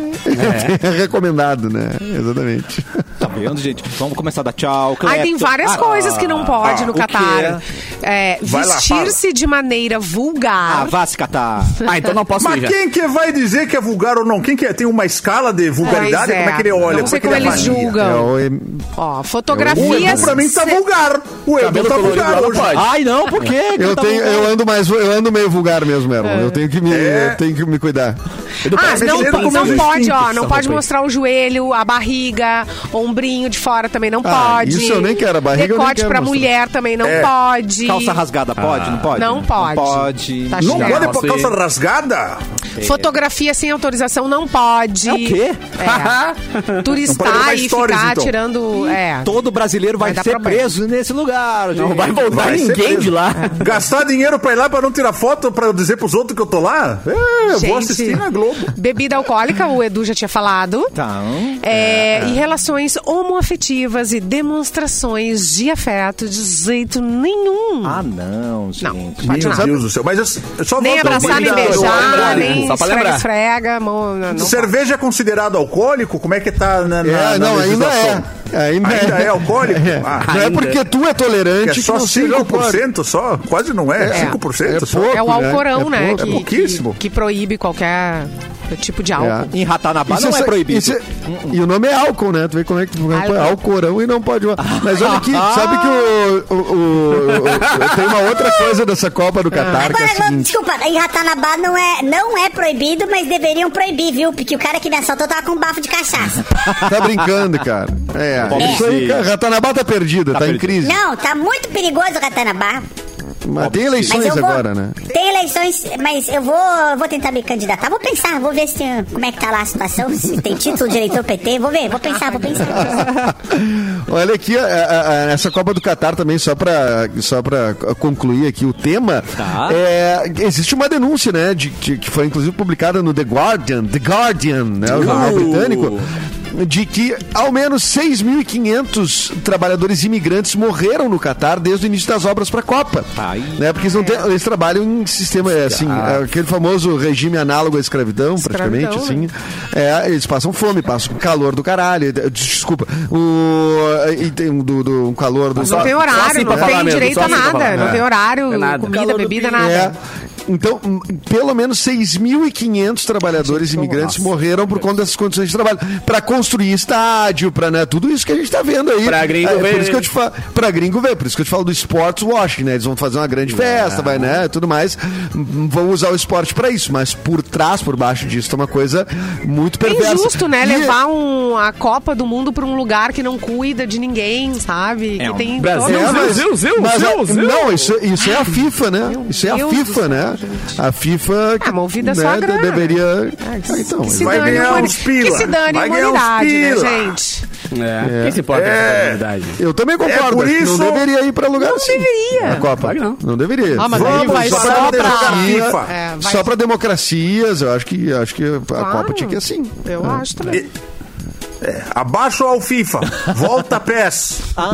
É recomendado, né? Exatamente.
Tá vendo, gente? Vamos começar a dar tchau.
Aí tem
Clapton.
várias
Ah,
coisas que não pode
ah,
no
o quê?
Catar. É,
Vai lá,
Vestir-se de maneira vulgar.
Ah, vá se catar.
Ah, então não posso
Mas
mijar.
quem que vai dizer que é vulgar ou não? Quem que é? Tem uma escala de vulgaridade?
Pois é.
Como é que ele olha?
Não sei
que
como
ele
eles
avalia?
É,
julgam. assim,
o em-
Ó,
O
fotografias.
Edu pra mim tá
se-
vulgar. O Edu
Cabelo
tá
colorido
vulgar
lá não
hoje.
pode.
Ai, não, por quê? Que
Eu,
tá
tenho,
bom?
eu ando mais, eu ando meio vulgar mesmo, Erlon. Eu tenho que me,
É.
eu tenho que me cuidar.
Ah,
parece
não,
que ele
po-
comeu
não
os
pode,
instintos,
ó. Não
essa
pode
roupa aí.
mostrar o joelho, a barriga, ombrinho de fora também não
Ah,
pode.
isso eu nem quero, a barriga eu nem
Decote
quero
pra
mostrar.
mulher também não
É,
pode.
Calça rasgada pode?
Ah.
Não pode?
Não pode.
pode.
Tá
Não
É,
pode
posso
pôr
ir.
calça rasgada?
Fotografia sem autorização não pode.
É o quê?
É.
Não pode
Turistar
levar
e
stories,
ficar
então.
tirando. É.
Todo brasileiro vai,
Vai dar
ser
problema.
preso nesse lugar.
Não
gente.
vai voltar
Vai ser
ninguém
preso.
de lá.
Gastar dinheiro pra ir lá pra não tirar foto, pra eu dizer pros outros que eu tô lá? É, eu vou
Gente,
assistir na Globo.
Bebida alcoólica, o Edu já tinha falado.
Tá. hum.
É, E relações homoafetivas e demonstrações de afeto de jeito nenhum.
Ah, não, gente.
não, pode
Meu
nada.
Deus do céu. Mas eu, eu só
Nem
vou-
abraçar, nem
Obrigado.
beijar,
lembrar, Só
nem
pra
esfrega,
lembrar.
esfrega. Mão, não, não.
Cerveja é considerado alcoólico? Como é que tá na, na,
É,
na
não, ainda
legislação?
é. Ainda,
Ainda é alcoólico?
É.
Ah,
não é
ainda.
porque tu é
que
tolerante
é
que
só
não seja alcoólico.
5% só? Quase não é, 5%
É
só.
pouco.
É o
né?
Alcorão,
É
né?
pouco.
que,
É pouquíssimo.
Que, que proíbe qualquer tipo de álcool.
Enratar na barra
Isso
não é
sa-
proibido.
isso é- e o nome é álcool, né? Tu vê como é que como é que põe
Álcool.
álcorão e não pode. Mas olha aqui, sabe que o, o- o- o- tem uma outra coisa dessa Copa do Catar que é a
Agora,
seguinte.
desculpa, em Ratanabá não é, não é proibido, mas deveriam proibir, viu? Porque o cara que me assaltou tava com um bafo de cachaça.
Tá brincando, cara. É.
Pobrezinho.
Isso aí, cara, Ratanabá tá perdida, tá,
perdida.
em crise.
Não, tá muito perigoso o Ratanabá.
Mas tem
Mas
eleições
eu vou,
agora, né?
Tem eleições, mas eu vou, vou tentar me candidatar. Vou pensar, vou ver se tem- como é que tá lá a situação, se tem título de eleitor PT. Vou ver, vou pensar, vou pensar.
Olha aqui, a- a- a- essa Copa do Catar também, só para só pra concluir aqui o tema,
Tá.
é, existe uma denúncia, né, de, de- que foi inclusive publicada no The Guardian, The Guardian, né, o
Uh.
jornal britânico, de que ao menos 6.500 trabalhadores imigrantes morreram no Catar desde o início das obras para a Copa.
Ai. é.
Né, porque eles, não têm- eles trabalham em sistema, é, assim, é, aquele famoso regime análogo à escravidão, praticamente,
Escravidão,
assim. É, eles passam fome, passam calor do caralho. des- Desculpa. O, e tem um do, do um calor do.
Não tem horário,
assim pra
não tem
falar mesmo,
direito
só
a
assim pra
nada.
falar.
né?
Não
É.
tem horário,
É nada.
comida,
Calor do
bebida,
pinto.
nada.
É. Então, hum, pelo menos 6.500 trabalhadores imigrantes morreram por conta dessas condições de trabalho. Para construir estádio, para né, tudo isso que a gente está vendo aí.
Pra gringo
É, por
ver.
Isso que eu te fa... Para gringo ver, por isso que eu te falo do sports washing, né? Eles vão fazer uma grande festa, vai, né? Tudo mais. Hum, Vão usar o esporte para isso, mas por trás, por baixo disso, é uma coisa muito
É
perversa.
injusto, né?
E-
Levar um- a Copa do Mundo pra um lugar que não cuida de ninguém, sabe? que
um
tem
Brasil,
todo-
É, mas-
Zil, Zil,
mas
Zil,
a-
Zil.
Não, isso, isso é a FIFA, né? Isso é a
Deus do
FIFA,
céu,
né?
gente.
A FIFA que
Ah, movida é só a
né,
grana.
deveria. Ah, então,
que se
vai
dane,
ganhar
a humani-
uns pila.
que se dane a
Vai ganhar uns
humanidade, né,
pila.
gente?
É. Quem se importa com
É.
essa realidade?
eu também concordo.
por
acho que
isso-
Não deveria ir pra lugar
É Não
assim.
deveria.
Na Copa.
Claro que não.
Não deveria.
Ah, mas aí
Vamos
vai
só
só
pra
pra-
democracia.
É, vai-
Só pra democracias, eu acho que, acho que a
Claro.
Copa tinha que ir assim.
Eu acho também.
E- é, Abaixo ao FIFA. Volta a PES.
Ah.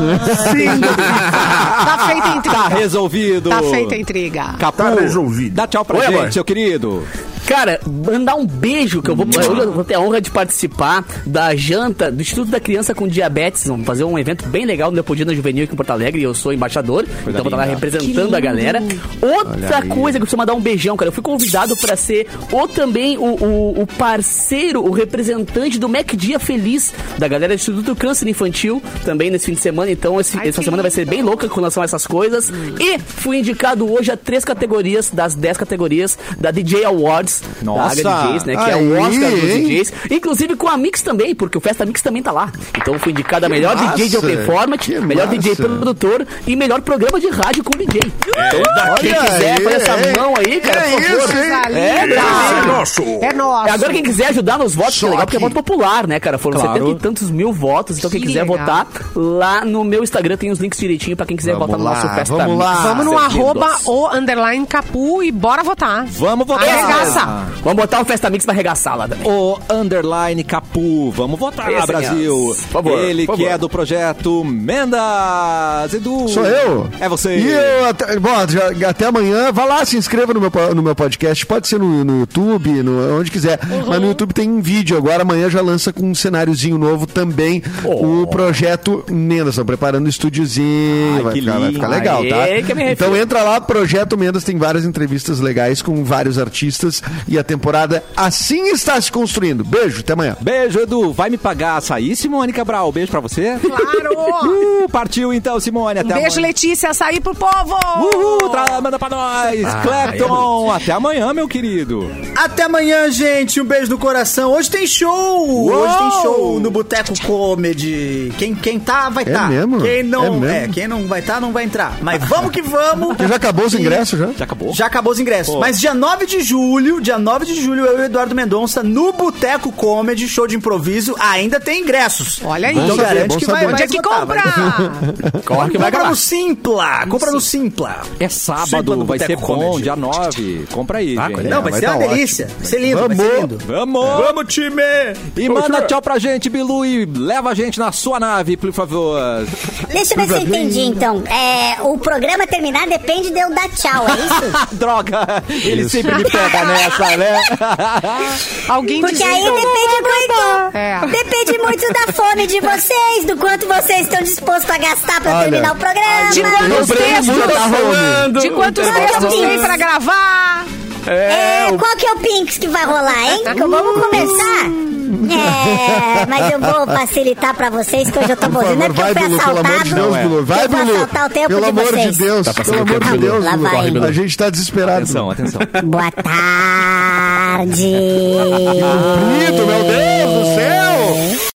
Fim do FIFA.
Ah,
Tá feita a
Tá
intriga.
resolvido.
Tá feita a intriga.
Capu,
Tá resolvido.
Dá tchau pra
Oi,
gente,
amor.
seu querido.
Cara, mandar um beijo, que eu vou, eu vou ter a honra de participar da janta do Instituto da Criança com Diabetes. Vamos fazer um evento bem legal no Leopoldina Juvenil aqui em Porto Alegre. E eu sou embaixador, então vou estar lá
linda.
representando a galera. Outra coisa que eu preciso mandar um beijão, cara. Eu fui convidado pra ser ou também o, o- o parceiro, o representante do Mac Dia Feliz da galera do Instituto Câncer Infantil também nesse fim de semana. Então, esse-
Ai,
essa
que
semana vai ser
lindo.
bem louca com relação a essas coisas. E fui indicado hoje a três categorias das dez categorias da DJ Awards.
Nossa!
Da Aga DJs, né? Que é
Aí,
o Oscar dos
hein?
DJs. Inclusive com a Mix também, porque o Festa Mix também tá lá. Então fui indicado a melhor
massa!
DJ de Open Format,
Que
melhor DJ
massa!
produtor e melhor programa de rádio com DJ. Então, quem
Olha
quiser,
aí,
faz essa
é-
mão aí, cara,
É
por favor.
isso, hein?
É,
Esse é
cara.
nosso.
É nosso.
Agora, quem quiser ajudar nos votos, que é
Só
legal, porque é
aqui.
voto popular, né, cara? Foram
Claro.
70 e tantos mil votos. Então, quem
Que
quiser
legal.
votar, lá no meu Instagram tem os links direitinho pra quem quiser
Vamos
votar no
lá,
nosso Festa
vamos lá.
Mix.
Vamos no
Seus
arroba
lindos.
o underline capu e bora votar.
Vamos votar.
Arregaça.
Ah, Vamos botar o Festa Mix pra arregaçar lá também.
O Underline Capu. Vamos votar,
Esse,
Brasil.
Nelson. Por favor,
Ele
por
que
favor.
é do projeto Mendas. Edu.
Sou eu?
É você.
E eu, até, bom, já- até amanhã. Vá lá, se inscreva no meu, po- no meu podcast. Pode ser no, no YouTube, no, onde quiser.
Uhum.
Mas no YouTube tem um vídeo agora. Amanhã já lança com um cenáriozinho novo também. O projeto Mendas. Estão preparando um estúdiozinho.
Oh. Ai,
vai,
que
ficar, vai
lindo.
ficar legal,
Aê, que eu
tá?
me
Então
refiro.
entra lá, Projeto Mendas. Tem várias entrevistas legais com vários artistas. E a temporada assim está se construindo. Beijo, até amanhã.
Beijo, Edu. Vai me pagar açaí, Simone Cabral. Beijo pra você.
Claro!
Uh, partiu então, Simone. Até
Um Beijo,
amanhã.
Letícia. Sair pro povo!
Uhul, tá tra- manda pra nós. Clapton. Até amanhã, meu querido.
Até amanhã, gente. Um beijo no coração. Hoje tem show! Hoje tem show no Boteco Comedy. Quem, quem tá, vai
É
tá.
mesmo?
Quem não,
É mesmo?
é, quem não vai tá, não vai entrar. Mas vamos que vamos.
Já acabou os ingressos, já?
Já acabou?
Já acabou os ingressos. Mas dia 9 de julho, dia 9 de julho, eu e o Eduardo Mendonça, no Boteco Comedy, show de improviso, ainda tem ingressos.
Olha aí.
Então
saber,
garante
bom
que vai,
saber.
vai
Onde é que
esgotar, vai
compra?
Corre que vai
compra
acabar.
no Simpla, compra no Simpla.
É
Simpla
sábado,
no
vai ser
Boteco
bom,
Comedy.
dia 9. Compra aí, gente.
Não, vai,
vai
ser
tá
uma delícia. Vai ser lindo, vai ser
Vamos.
lindo.
Ah, Vamos! Vamos, time! E manda tchau pra gente, Bilu, e leva a gente na sua nave, por favor.
Deixa eu ver se eu entendi, então. É, o programa terminar depende de eu dar tchau, é isso?
Droga! Ele sempre me pega nessa, né?
Alguém
Porque
dizendo-
aí depende muito.
É.
Depende muito da fome de vocês, do quanto vocês estão dispostos a gastar pra
Olha,
terminar o programa.
De
Eu
quantos
prendo muito
tá
textos?
a fome.
De quantos
Não,
textos
não.
tem pra gravar?
É, qual que é o Pinks que vai rolar, hein? Que
Hum.
Vamos começar? É, mas eu vou facilitar pra vocês que hoje eu tô
Por
bonzinho, não é
favor,
porque
vai,
eu fui
Bilu, pelo
assaltado.
amor de Deus, Bilu. Vai,
eu vou
Bilu.
assaltar o tempo
Pelo
de
amor de
vocês.
Deus, pelo amor de Deus,
Lá
Tá Bilu.
vai.
A gente tá desesperado.
Atenção, atenção.
Boa tarde.
Bonito, meu Deus do céu!